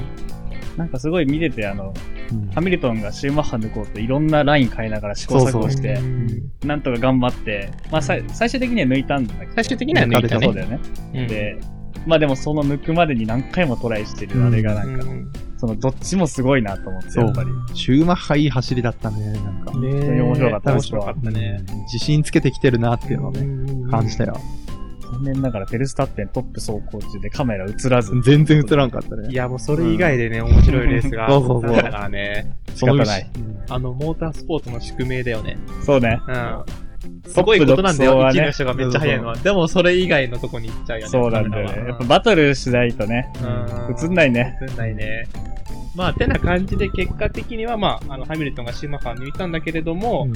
Speaker 3: なんかすごい見てて、あの、
Speaker 2: うん
Speaker 3: ハミルトンがシューマッハ抜こうといろんなライン変えながら試行錯誤して、
Speaker 1: うん
Speaker 3: なんとか頑張って、まあ、さ最終的には抜いたんだけど。
Speaker 1: 最終的には抜いたね
Speaker 3: そうだよね。
Speaker 1: うん
Speaker 3: で、まあでもその抜くまでに何回もトライしてるあれがなんか、
Speaker 1: うん
Speaker 3: そのどっちもすごいなと思って、
Speaker 2: そう
Speaker 3: やっぱり。
Speaker 2: シューマッハいい走りだったね、なんか。
Speaker 1: ねえ
Speaker 3: 当に面白かった
Speaker 1: 面白かったね。
Speaker 2: 自信つけてきてるなっていうのをね、感じたよ。
Speaker 3: 残念ながらフェルスタッペントップ走行中でカメラ映らず、
Speaker 2: 全然映らんかった
Speaker 1: い
Speaker 2: ね。
Speaker 1: や、もうそれ以外でね、面白いレースが
Speaker 2: そうそうそう
Speaker 1: だからね。
Speaker 3: 仕方ない。
Speaker 1: あの、モータースポーツの宿命だよね。
Speaker 3: そうね。
Speaker 1: うん。すごいことなんだよ、
Speaker 3: トッ
Speaker 1: 1
Speaker 3: プ独走はね
Speaker 1: 位の人がめっちゃ速いのは。でも、それ以外のとこに行っちゃうよね。
Speaker 3: そうなんだ
Speaker 1: カ
Speaker 3: よ
Speaker 1: メ
Speaker 3: ね。
Speaker 1: ラ
Speaker 3: やっ
Speaker 1: は
Speaker 3: ぱバトルしないとね、映んないね。。
Speaker 1: 映んないね。まあ、てな感じで、結果的には、まあ、あの、ハミルトンがシューマッハーに抜いたんだけれども、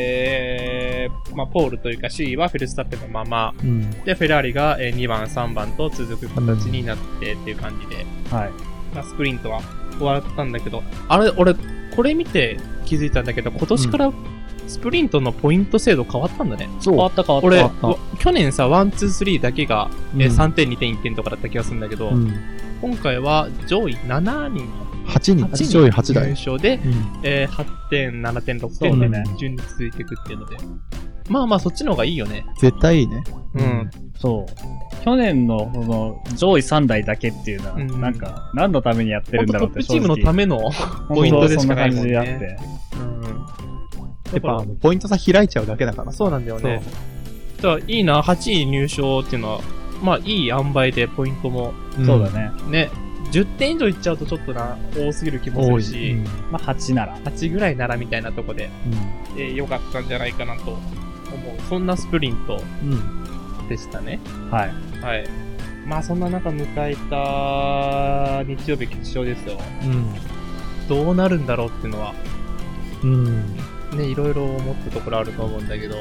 Speaker 1: えー、まあ、ポールというか C はフェルスタッペンのまま、
Speaker 2: うん。うん。
Speaker 1: で、フェラーリがえー2番、3番と続く形になってっていう感じで、
Speaker 3: はい。
Speaker 1: まあ、スプリントは終わったんだけど、あれ、俺、これ見て気づいたんだけど、今年からスプリントのポイント制度変わったんだね。
Speaker 2: そう
Speaker 3: 変わった変わった。
Speaker 1: 俺、
Speaker 2: 変わった
Speaker 1: わ去年さ、ワン、ツー、スリーだけが、えー
Speaker 2: うん
Speaker 1: 3点、2点、1点とかだった気がするんだけど、
Speaker 2: うん。
Speaker 1: 今回は上位7人
Speaker 2: 8
Speaker 1: か、
Speaker 2: 人、上位8
Speaker 1: 優
Speaker 2: 台。
Speaker 1: 勝で、
Speaker 2: うん。
Speaker 1: えー8点、7点、6
Speaker 3: そう
Speaker 1: 点で
Speaker 3: だね
Speaker 1: 順に続いていくっていうので、まあまあ、そっちの方がいいよね。
Speaker 2: 絶対いいね。
Speaker 1: うん。
Speaker 3: そう。去年のその上位3台だけっていうのは、
Speaker 1: うん
Speaker 3: なんか、何のためにやってるんだろうって
Speaker 1: 本当トップチームのための、
Speaker 3: め
Speaker 1: ポイントでしかないもんね
Speaker 3: そんな感じであって。
Speaker 2: やっぱ、あのポイント差開いちゃうだけだから。
Speaker 1: そうなんだよね。じゃあ、いいな、8位入賞っていうのは、まあ、いい塩梅でポイントも、
Speaker 2: ん
Speaker 3: そうだ。ね。
Speaker 1: ね、10点以上いっちゃうとちょっとな、多すぎる気もす
Speaker 2: 多
Speaker 1: る
Speaker 2: い。
Speaker 1: し、
Speaker 2: うん
Speaker 3: まあ8なら。
Speaker 1: 8ぐらいならみたいなとこで、えー良かったんじゃないかなと思う。そんなスプリント
Speaker 2: うん。うん。
Speaker 1: でしたね。
Speaker 3: はい。
Speaker 1: はい。まあ、そんな中迎えた日曜日決勝ですよ。どうなるんだろうっていうのは、
Speaker 2: うん。うん。
Speaker 1: ね、いろいろ思ったところあると思うんだけど、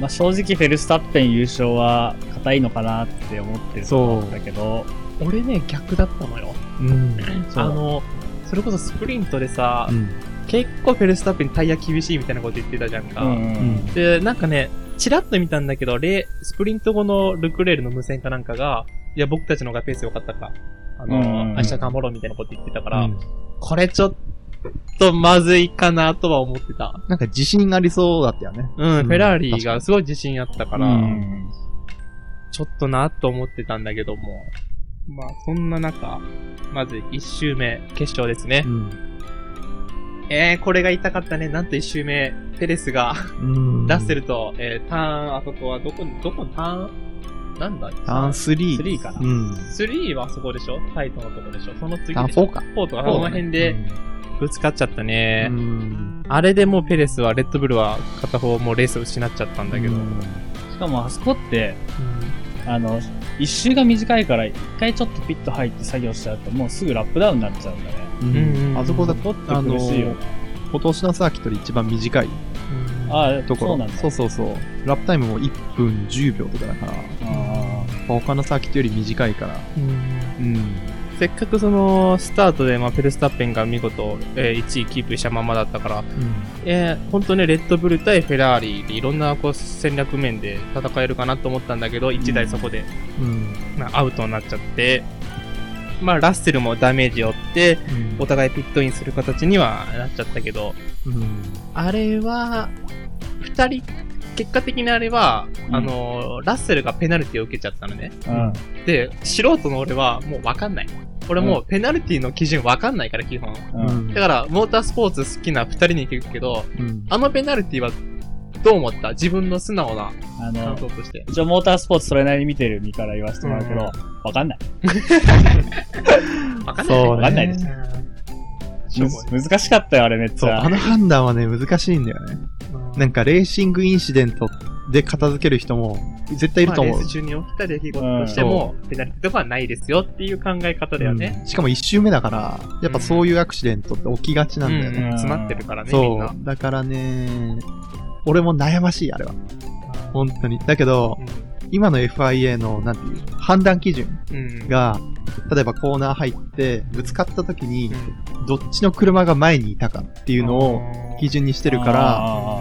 Speaker 3: まあ正直フェルスタッペン優勝は硬いのかなって思ってると思うんだけど、
Speaker 1: 俺ね、逆だったのよ。
Speaker 2: うん。
Speaker 3: そう
Speaker 1: あの、それこそスプリントでさ、
Speaker 2: うん。
Speaker 1: 結構フェルスタッペンタイヤ厳しいみたいなこと言ってたじゃんか。
Speaker 3: うんうん
Speaker 1: で、なんかね、チラッと見たんだけど、レースプリント後のルクレールの無線かなんかが、いや、僕たちの方がペース良かったか。あの、
Speaker 3: うん
Speaker 1: 明日頑張ろうみたいなこと言ってたから、
Speaker 2: うん
Speaker 1: これちょっとまずいかなとは思ってた。
Speaker 2: なんか自信がありそうだったよね。
Speaker 1: うん、
Speaker 2: うん
Speaker 1: フェラーリがすごい自信あったから、
Speaker 3: うん
Speaker 1: ちょっとなと思ってたんだけども。まあ、そんな中、まず1周目、決勝ですね。
Speaker 2: ん。
Speaker 1: えー、これが痛かったね。なんと1周目、ペレスが、
Speaker 2: うん。
Speaker 1: ラッセルと、えー、ターン、あそこはどこ、どこのターン、なんだ
Speaker 2: ターン3。
Speaker 1: 3かな
Speaker 2: うん。
Speaker 1: 3はそこでしょタイトのとこでしょその次
Speaker 2: ターン
Speaker 1: でしょ
Speaker 2: 4か。
Speaker 1: 4とか、この辺でぶつかっちゃったね。
Speaker 2: うん。
Speaker 1: あれでもうペレスは、レッドブルは片方もうレースを失っちゃったんだけど。
Speaker 2: うん
Speaker 3: しかもあそこって、あの、一周が短いから、一回ちょっとピッと入って作業しちゃうと、もうすぐラップダウンになっちゃうんだね。
Speaker 1: うん
Speaker 2: あそこだ
Speaker 3: そこって
Speaker 2: あの
Speaker 3: 苦しいよね。
Speaker 2: 今年のサーキットで一番短い
Speaker 1: あ
Speaker 3: ああ、
Speaker 2: ところ。
Speaker 3: そうなんだ。
Speaker 2: そうそうそうラップタイムも1分10秒とかだから、
Speaker 3: あ
Speaker 2: まあ他のサーキットより短いから。うん。
Speaker 1: せっかくその、スタートで、まあ、ペレスタッペンが見事、えー1位キープしたままだったから、えー、本当ね、レッドブル対フェラーリでいろんなこう戦略面で戦えるかなと思ったんだけど、1台そこで、
Speaker 2: うん。
Speaker 1: まあ、アウトになっちゃって、まあ、ラッセルもダメージを負って、お互いピットインする形にはなっちゃったけど、
Speaker 2: うん。
Speaker 1: あれは、二人、結果的にあれは、
Speaker 3: うん
Speaker 1: あの、ラッセルがペナルティを受けちゃったのね。
Speaker 3: あ、うん。
Speaker 1: で、素人の俺はもうわかんない。俺もうペナルティの基準わかんないから、基本。
Speaker 3: うん。うん
Speaker 1: だから、モータースポーツ好きな二人に聞くけど、
Speaker 2: うん。
Speaker 1: あのペナルティはどう思った自分の素直な感
Speaker 3: あの、
Speaker 1: 想として。
Speaker 3: 一応モータースポーツそれなりに見てる身から言わせてもらうけど、
Speaker 1: うん
Speaker 3: わかんない。
Speaker 1: わかんない。
Speaker 2: そうね。
Speaker 3: わかんないです
Speaker 1: しょ
Speaker 3: む
Speaker 1: うもない
Speaker 3: ず難しかったよ、あれめっち
Speaker 2: そう、
Speaker 3: ゃ。
Speaker 2: あの判断はね、難しいんだよね。なんか、レーシングインシデントで片付ける人も絶対いると思
Speaker 1: まあ
Speaker 2: う
Speaker 1: レース。中に起きた出来事としても、ペナルティとかはないですよっていう考え方だよね。
Speaker 2: うんしかも1周目だから、やっぱそういうアクシデントって起きがちなんだよね。
Speaker 1: うん詰まってるからね、みん
Speaker 2: そ
Speaker 1: な。
Speaker 2: う。だからね、俺も悩ましい、あれは。本当に。だけど、今の FIA の、なんていう、判断基準
Speaker 1: うん。
Speaker 2: が、例えばコーナー入って、ぶつかった時に
Speaker 1: う、ん、
Speaker 2: どっちの車が前にいたかっていうのを
Speaker 1: を
Speaker 2: 基
Speaker 1: 準
Speaker 2: 準にして
Speaker 3: て
Speaker 2: るから、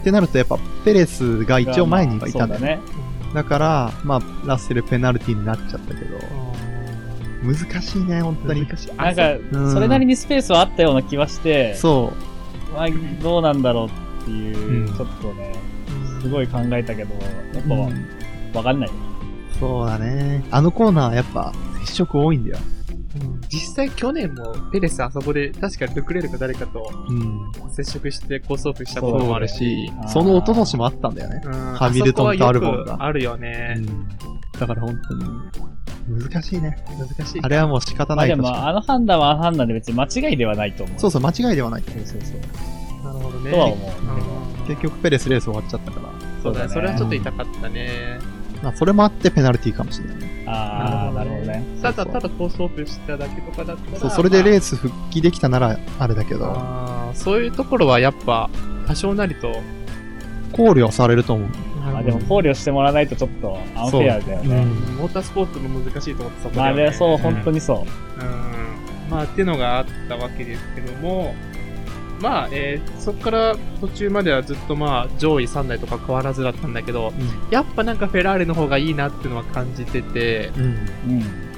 Speaker 2: ってなるとやっぱ、ペレスが一応前にはいたんだ
Speaker 3: だ
Speaker 2: よ。
Speaker 3: ね。
Speaker 2: だから、まあ、ラッセルペナルティになっちゃったけど、難しいね、本当に。
Speaker 1: 難しい。
Speaker 3: なん
Speaker 2: う
Speaker 3: か、
Speaker 2: ん
Speaker 3: それなりにスペースはあったような気はして、
Speaker 2: そ
Speaker 3: まあ、どうなんだろうってい
Speaker 2: う
Speaker 3: う、
Speaker 2: ん
Speaker 3: ちょっとね、すごい考えたけど、やっぱ
Speaker 2: う。
Speaker 3: わかんない。
Speaker 2: そうだね。あのコーナーはやっぱ接触多いんだよ。
Speaker 1: 実際去年もペレスあそこで確かルクレールか誰かと
Speaker 2: うん。
Speaker 1: 接触してコースオフしたこともあるし、
Speaker 3: あー
Speaker 2: その一昨年もあったんだよね。
Speaker 1: うん、
Speaker 2: ハミルトンとアルボン
Speaker 1: あ
Speaker 2: が
Speaker 1: そこはよくあるよね。
Speaker 2: だから本当に難しいね。
Speaker 1: 難しい。
Speaker 2: あれはもう仕方
Speaker 3: ま
Speaker 2: な
Speaker 3: あ
Speaker 2: い
Speaker 3: で
Speaker 2: とし
Speaker 3: も、
Speaker 2: か。
Speaker 3: あの判断はあの判断で別に間違いではないと思う。
Speaker 2: そうそう、間違いではない。
Speaker 3: そうそうそう。
Speaker 1: なるほどね。
Speaker 3: とは思う。
Speaker 1: うん
Speaker 2: 結局ペレスレース終わっちゃったから。
Speaker 1: そうだね。
Speaker 3: そ
Speaker 1: そう
Speaker 3: だね
Speaker 1: れはちょっと痛かったね。
Speaker 2: まあ、それもあってペナルティーかもしれないね。
Speaker 3: ああ、なるほどね。
Speaker 1: ただ、ただコースオフしただけとかだったら。
Speaker 2: そう、それで
Speaker 1: ー
Speaker 2: レース復帰できたならあれだけど、
Speaker 1: そういうところはやっぱ、多少なりと。
Speaker 2: 考慮はされると思う。
Speaker 3: まあでも考慮してもらわないとちょっとアンフェアだよ
Speaker 2: そうう
Speaker 3: ね。
Speaker 2: ん
Speaker 1: モータースポーツの難しいところってそこだ
Speaker 3: まあ
Speaker 1: よね。
Speaker 3: で、そう、
Speaker 1: うん
Speaker 3: 本当にそう。
Speaker 1: まあ、ってのがあったわけですけども、まあ、えーそこから途中まではずっとまあ、上位3台とか変わらずだったんだけど、やっぱなんかフェラーリの方がいいなっていうのは感じてて、
Speaker 2: うん。
Speaker 3: う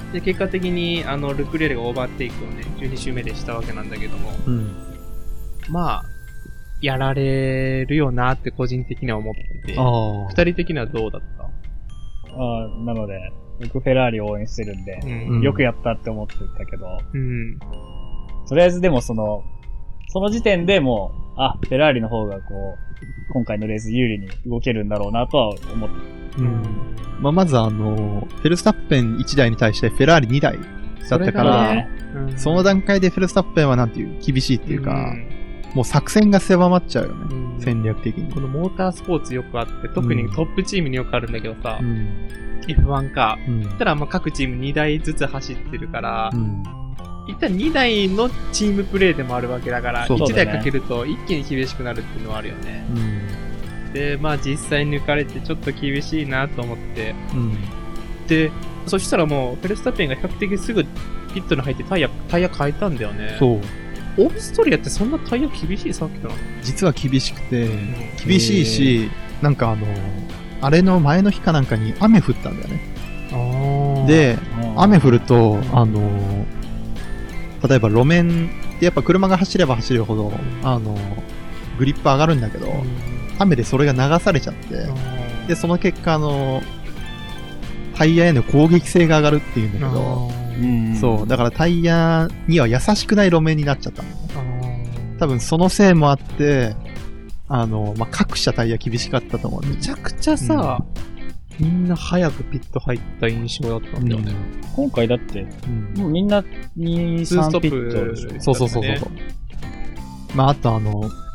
Speaker 3: ん。
Speaker 1: で、結果的に、あの、ルクレールがオーバーテイクをね、12周目でしたわけなんだけども、
Speaker 2: うん。
Speaker 1: まあ、やられるよなって個人的には思ってて、
Speaker 2: ああ。
Speaker 1: 二人的にはどうだった
Speaker 3: あーなので、僕フェラーリを応援してるんで、
Speaker 1: うん
Speaker 3: よくやったって思ってたけど、
Speaker 1: うん。
Speaker 3: とりあえずでもその、その時点でもう、あ、フェラーリの方がこう、今回のレース有利に動けるんだろうなとは思って、
Speaker 2: うん。まあ、まずあの、フェルスタッペン1台に対してフェラーリ2台だった
Speaker 1: だ
Speaker 2: か
Speaker 1: それが
Speaker 2: ら、
Speaker 1: ねうん
Speaker 2: その段階でフェルスタッペンはなんていう、厳しいっていうか、
Speaker 1: ん
Speaker 2: もう作戦が狭まっちゃうよね。
Speaker 1: うん
Speaker 2: 戦略的に
Speaker 1: こ。のモータースポーツよくあって、特にトップチームによくあるんだけどさ、
Speaker 2: ん。
Speaker 1: F1 か。
Speaker 2: うん。
Speaker 1: たらまあ各チーム2台ずつ走ってるから
Speaker 2: う、ん。
Speaker 1: 一旦2台のチームプレーでもあるわけだから、
Speaker 2: そうだ
Speaker 3: ね
Speaker 1: 1台かけると一気に厳しくなるっていうのはあるよね。
Speaker 2: うん。
Speaker 1: で、まあ実際抜かれてちょっと厳しいなと思って、
Speaker 2: うん。
Speaker 1: で、そしたらもうフェルスタッペンが比較的すぐピットに入ってタイヤ、タイヤ変えたんだよね。
Speaker 2: そう。
Speaker 1: オーストリアってそんなタイヤ厳しいさっきの。
Speaker 2: 実は厳しくて、
Speaker 1: う
Speaker 2: 厳しいし、なんかあの、あれの前の日かなんかに雨降ったんだよね。
Speaker 1: ん、
Speaker 2: で、
Speaker 3: うん
Speaker 2: 雨降ると
Speaker 1: ん、
Speaker 2: あの、例えば路面ってやっぱ車が走れば走るほど、あの、グリップ上がるんだけ
Speaker 1: う
Speaker 2: ど、
Speaker 1: ん
Speaker 2: 雨でそれが流されちゃって、で、その結果、あの、タイヤへの攻撃性が上がるっていうんだけど、
Speaker 3: うん
Speaker 2: そう、だからタイヤには優しくない路面になっちゃったのね。
Speaker 1: うん
Speaker 2: 多分そのせいもあって、あの、まあ、各社タイヤ厳しかったと思うん
Speaker 1: めちゃくちゃさ、みんな早くピット入った印象だったんだよね。
Speaker 3: 今回だって、もうみんな2、
Speaker 1: ツーストッ
Speaker 3: 3ピ
Speaker 1: プ
Speaker 3: ットでしょ。
Speaker 2: そうそうそうそうそう。まあ、あとあの、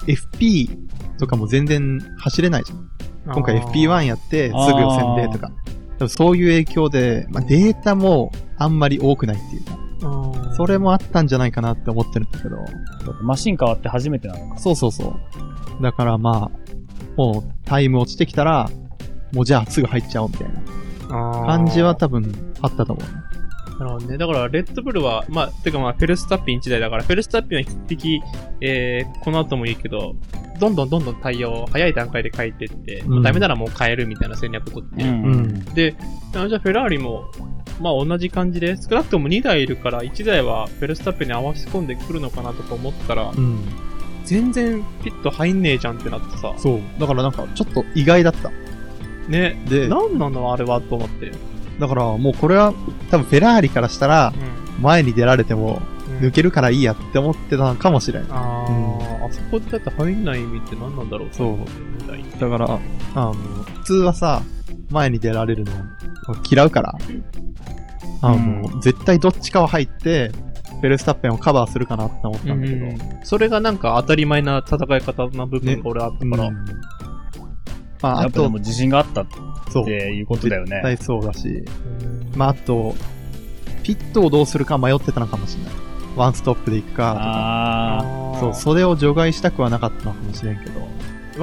Speaker 2: FP とかも全然走れないじゃん。今回 FP1 やって、すぐ予選でとか。多分そういう影響で、まあ、データもあんまり多くないっていうか。
Speaker 1: 1
Speaker 2: それもあったんじゃないかなって思ってるんだけど。
Speaker 3: マシン変わって初めてなのか。
Speaker 2: そうそうそう。だからまあ、もうタイム落ちてきたら、もうじゃあすぐ入っちゃおうみたいな感じは多分あったと思うね。
Speaker 1: なるほどね。だから、レッドブルは、まあ、てかまあ、フェルスタッピン1台だから、フェルスタッピンは比較的、えー、この後もいいけど、どんどんどんどんタイヤを早い段階で変えてって、
Speaker 2: うん
Speaker 1: ダメならもう変えるみたいな戦略を取って、
Speaker 2: うん。
Speaker 1: で、あじゃあフェラーリも、まあ同じ感じで、少なくとも2台いるから、1台はフェルスタッペンに合わせ込んでくるのかなとか思ったら
Speaker 2: う、ん。
Speaker 1: 全然ピット入んねえじゃんってなってさ、
Speaker 2: そう。だからなんかちょっと意外だった。
Speaker 1: ね、
Speaker 2: で、
Speaker 1: なんなのあれはと思って。
Speaker 2: だからもうこれは多分フェラーリからしたら前に出られても抜けるからいいやって思ってたのかもしれない。
Speaker 1: あー、あそこだって入んない意味って何なんだろう
Speaker 2: そう
Speaker 1: 2台。
Speaker 2: だから、あの、普通はさ、前に出られるの嫌うから、あの、絶対どっちかは入って、フェルスタッペンをカバーするかなって思ったんだけど、
Speaker 1: それがなんか当たり前な戦い方な部分が俺あったか、
Speaker 2: だからら、まあ、あ
Speaker 3: やっぱで
Speaker 2: と
Speaker 3: も、自信があったっ
Speaker 2: そう、
Speaker 3: て
Speaker 2: 絶
Speaker 3: いうことだよね。
Speaker 2: 対そうだし、まあ、あと、ピットをどうするか迷ってたのかもしれない。ワンストップで行くか
Speaker 3: あ
Speaker 2: と
Speaker 1: あ
Speaker 2: か、そう、それを除外したくはなかったのかもしれんけど、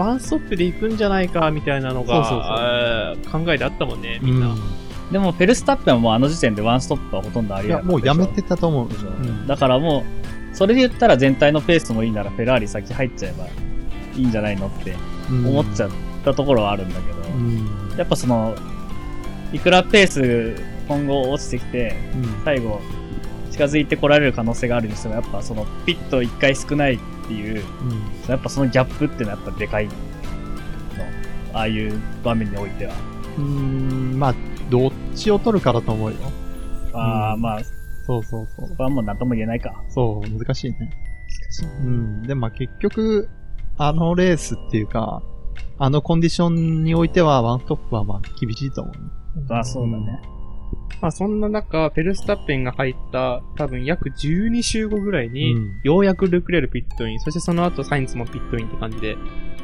Speaker 1: ワンストップで行くんじゃないかみたいなのが
Speaker 2: そうそうそう
Speaker 1: あー考えであったもんねみんな、
Speaker 3: ーでもフェルスタッペンはもうあの時点でワンストップはほとんどあ
Speaker 2: い
Speaker 3: りえな
Speaker 2: や、
Speaker 3: かっ
Speaker 2: も
Speaker 3: たでしょ
Speaker 2: うやめてたと思う。
Speaker 3: でしょ
Speaker 2: うん
Speaker 3: だからもう、それで言ったら全体のペースもいいならフェラーリ先入っちゃえばいいんじゃないのって思っちゃ
Speaker 2: う
Speaker 3: ったところはあるんだけど、
Speaker 2: ん。
Speaker 3: やっぱその、いくらペース今後落ちてきて、
Speaker 2: うん
Speaker 3: 最後近づいてこられる可能性があるにしても、やっぱそのピット1回少ないっていう、
Speaker 2: うん
Speaker 3: やっぱそのギャップってのはやっぱでかいの。ああいう場面においては。
Speaker 2: うーん、まあ、どっちを取るかだと思うよ。
Speaker 3: ああ、まあ、
Speaker 2: そうそうそう。
Speaker 3: そこはもう何とも言えないか。
Speaker 2: そう、難しいね。うん。で、まあ結局、あのレースっていうか、あのコンディションにおいては、ワンストップはまあ厳しいと思う。
Speaker 3: あそうだね。
Speaker 1: まあそんな中、フェルスタッペンが入った多分約12週後ぐらいに、
Speaker 2: うん
Speaker 1: ようやくルクレールピットイン、そしてその後サインツもピットインって感じで、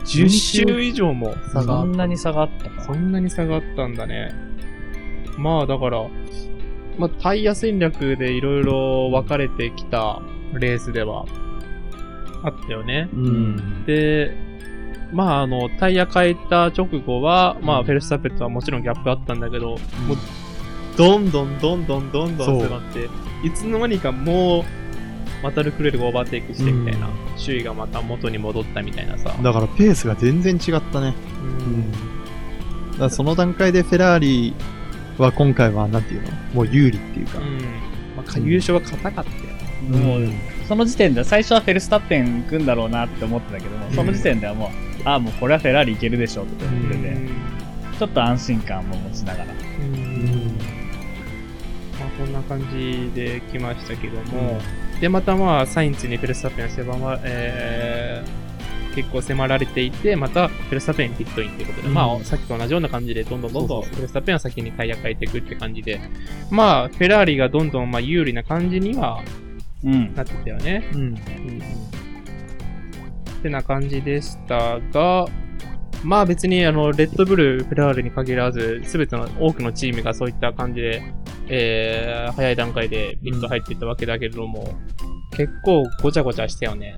Speaker 1: 10週以上も差が
Speaker 3: そ
Speaker 1: あっ
Speaker 3: んなに差があった
Speaker 1: た。
Speaker 3: か。
Speaker 1: そんなに差があったんだね。まあだから、まあタイヤ戦略でいろいろ分かれてきたレースではあったよね。
Speaker 2: うん。
Speaker 1: で、まああの、タイヤ変えた直後は、ま
Speaker 2: う
Speaker 1: あ
Speaker 2: ん
Speaker 1: フェルスタッペンとはもちろんギャップあったんだけど、もうどんどんどんどんどんどん
Speaker 2: そう
Speaker 1: 迫って、いつの間にかもう、またルクレールがオーバーテイクしてみたいな、
Speaker 2: うん
Speaker 1: 周囲がまた元に戻ったみたいなさ。
Speaker 2: だからペースが全然違ったね。
Speaker 1: うん
Speaker 2: だからその段階でフェラーリは今回は、なんていうのもう有利っていうか。
Speaker 1: まあ、優勝は硬かったよ。
Speaker 3: もう、その時点で、最初はフェルスタッペン行くんだろうなって思ってたけども、その時点ではもう、ああ、もうこれはフェラーリいけるでしょうって思ってて、ちょっと安心感も持ちながら。
Speaker 1: うんまあ、こんな感じで来ましたけども、で、またまあ、サインツにフェルスタッペンは狭ま、えー結構迫られていて、またフェルスタッペンにピットインということで、
Speaker 2: うん
Speaker 1: まあ、さっきと同じような感じで、どんどんどんどん
Speaker 2: そうそうそう
Speaker 1: フェルスタッペンは先にタイヤ変えていくって感じで、まあ、フェラーリがどんどんまあ有利な感じには
Speaker 3: うん。
Speaker 1: なってたよね。
Speaker 2: うん。
Speaker 1: ってな感じでしたが、まあ別にあの、レッドブル、フェラーリに限らず、すべての多くのチームがそういった感じで、えー、早い段階でビット入っていったわけだけれども、結構ごちゃごちゃしたよね。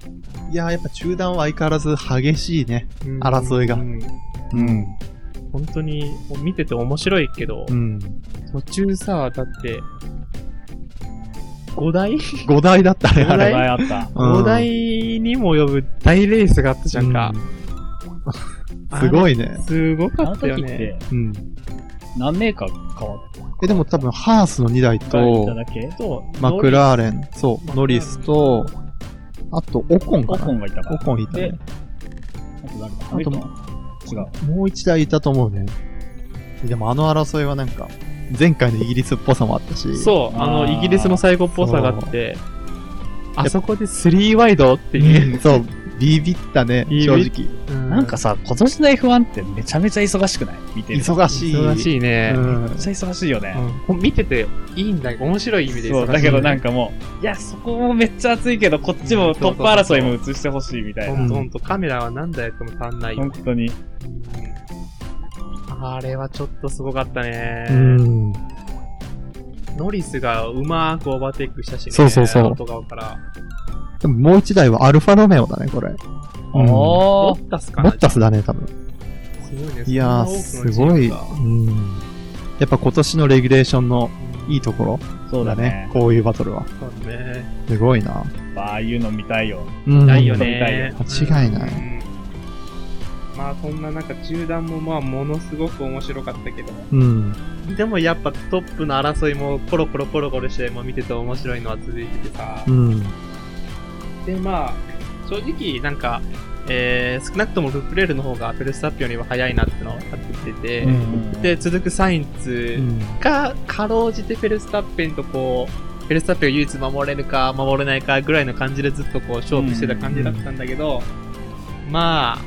Speaker 2: いやーやっぱ中断は相変わらず激しいね。争いが
Speaker 1: うん
Speaker 2: うん。
Speaker 1: 本当に、もう見てて面白いけど、
Speaker 2: うん。
Speaker 1: 途中さ、だって、5台
Speaker 2: 5台だったね、あれ。
Speaker 3: お
Speaker 1: 台
Speaker 3: 互いあった。
Speaker 2: うん
Speaker 1: ?5 台にも及ぶ大レースがあったじゃんか。
Speaker 2: うん。すごいね。
Speaker 1: すごか
Speaker 3: あの
Speaker 1: った
Speaker 3: 時
Speaker 1: よ
Speaker 3: っ
Speaker 1: ね。
Speaker 3: て、
Speaker 2: うん。
Speaker 3: 何メーカー変わっ
Speaker 2: え、でも多分、ハースの2台
Speaker 3: たいた
Speaker 2: と、
Speaker 3: だけ
Speaker 1: と
Speaker 2: マクラーレン、そ
Speaker 1: マクラーレ
Speaker 2: う、
Speaker 1: ン
Speaker 2: ノリスと、あと、オコン
Speaker 3: オ
Speaker 2: か
Speaker 3: コ
Speaker 2: な
Speaker 3: ンがいたか
Speaker 2: オ
Speaker 3: ら。
Speaker 2: コンいた
Speaker 3: で
Speaker 2: ね。、
Speaker 3: あと誰
Speaker 2: あと
Speaker 3: か。
Speaker 2: も
Speaker 3: 違う。
Speaker 2: もう1台いたと思うね。でもあの争いはなんか、前回のイギリスっぽさもあったし、
Speaker 1: そう、あ
Speaker 3: あ
Speaker 1: の、
Speaker 3: ー
Speaker 1: イギリスの最後っぽさがあって、あそこで3ワイドっていう。
Speaker 2: うんそう、ビビったね、
Speaker 1: ビビ
Speaker 2: 正直。
Speaker 3: なんかさ、今年の F1 ってめちゃめちゃ忙しくない見てる。
Speaker 2: 忙しい。
Speaker 1: 忙しいうね。
Speaker 2: ん
Speaker 3: めっちゃ忙しいよね。
Speaker 1: うん見てていいんだよ。面白い意味で
Speaker 3: そう、だけどなんかもう、いや、そこもめっちゃ熱いけど、こっちもトップ争いも映してほしいみたい
Speaker 1: ほ
Speaker 3: な。
Speaker 1: んとほんと、カメラは何台やっても足んないよ
Speaker 3: 本
Speaker 1: ね。
Speaker 3: 当に。
Speaker 1: あれはちょっとすごかったね。
Speaker 2: うん。
Speaker 1: ノリスがうまーくオーバーテイクしたしね。
Speaker 2: そうそうそう
Speaker 1: 外側から。
Speaker 2: でももう1台はアルファロメオだね、これ。うんモ
Speaker 3: お
Speaker 1: ボ
Speaker 3: ー。
Speaker 1: ッタスかな
Speaker 2: ッタスだね、多分。
Speaker 1: すごいね。
Speaker 2: いやー、
Speaker 1: そ
Speaker 2: す
Speaker 1: んな多くの
Speaker 2: ご
Speaker 1: チ
Speaker 2: い。
Speaker 1: ーム
Speaker 2: う
Speaker 1: が
Speaker 2: ん。やっぱ今年のレギュレーションのいいとこ
Speaker 3: そ
Speaker 2: ろ
Speaker 3: う
Speaker 2: だ
Speaker 3: だ
Speaker 2: ね
Speaker 3: ね。。
Speaker 2: こういうバトルは。
Speaker 1: そうね。
Speaker 2: すごいな。
Speaker 3: ああいうの見たいよ。
Speaker 2: うん
Speaker 1: ないよ
Speaker 3: 見たい
Speaker 1: ね
Speaker 3: よ。
Speaker 2: 間違いない
Speaker 1: うん。まあそんな中、中断もまあものすごく面白かったけど、
Speaker 2: うん。
Speaker 1: でもやっぱトップの争いもコロコロコロコロして、もう見てて面白いのは続いててさ
Speaker 2: う、ん。
Speaker 1: でまあ、正直なんか、えー少なくともルクレールの方がフェルスタッピオには早いなってのは分かってきてて、
Speaker 2: うん
Speaker 1: で、続くサインツ
Speaker 2: うん
Speaker 1: がかろうじてフェルスタッペンとこう、フェルスタッペンを唯一守れるか守れないかぐらいの感じでずっとこう勝負してた感じだったんだけど、まあ、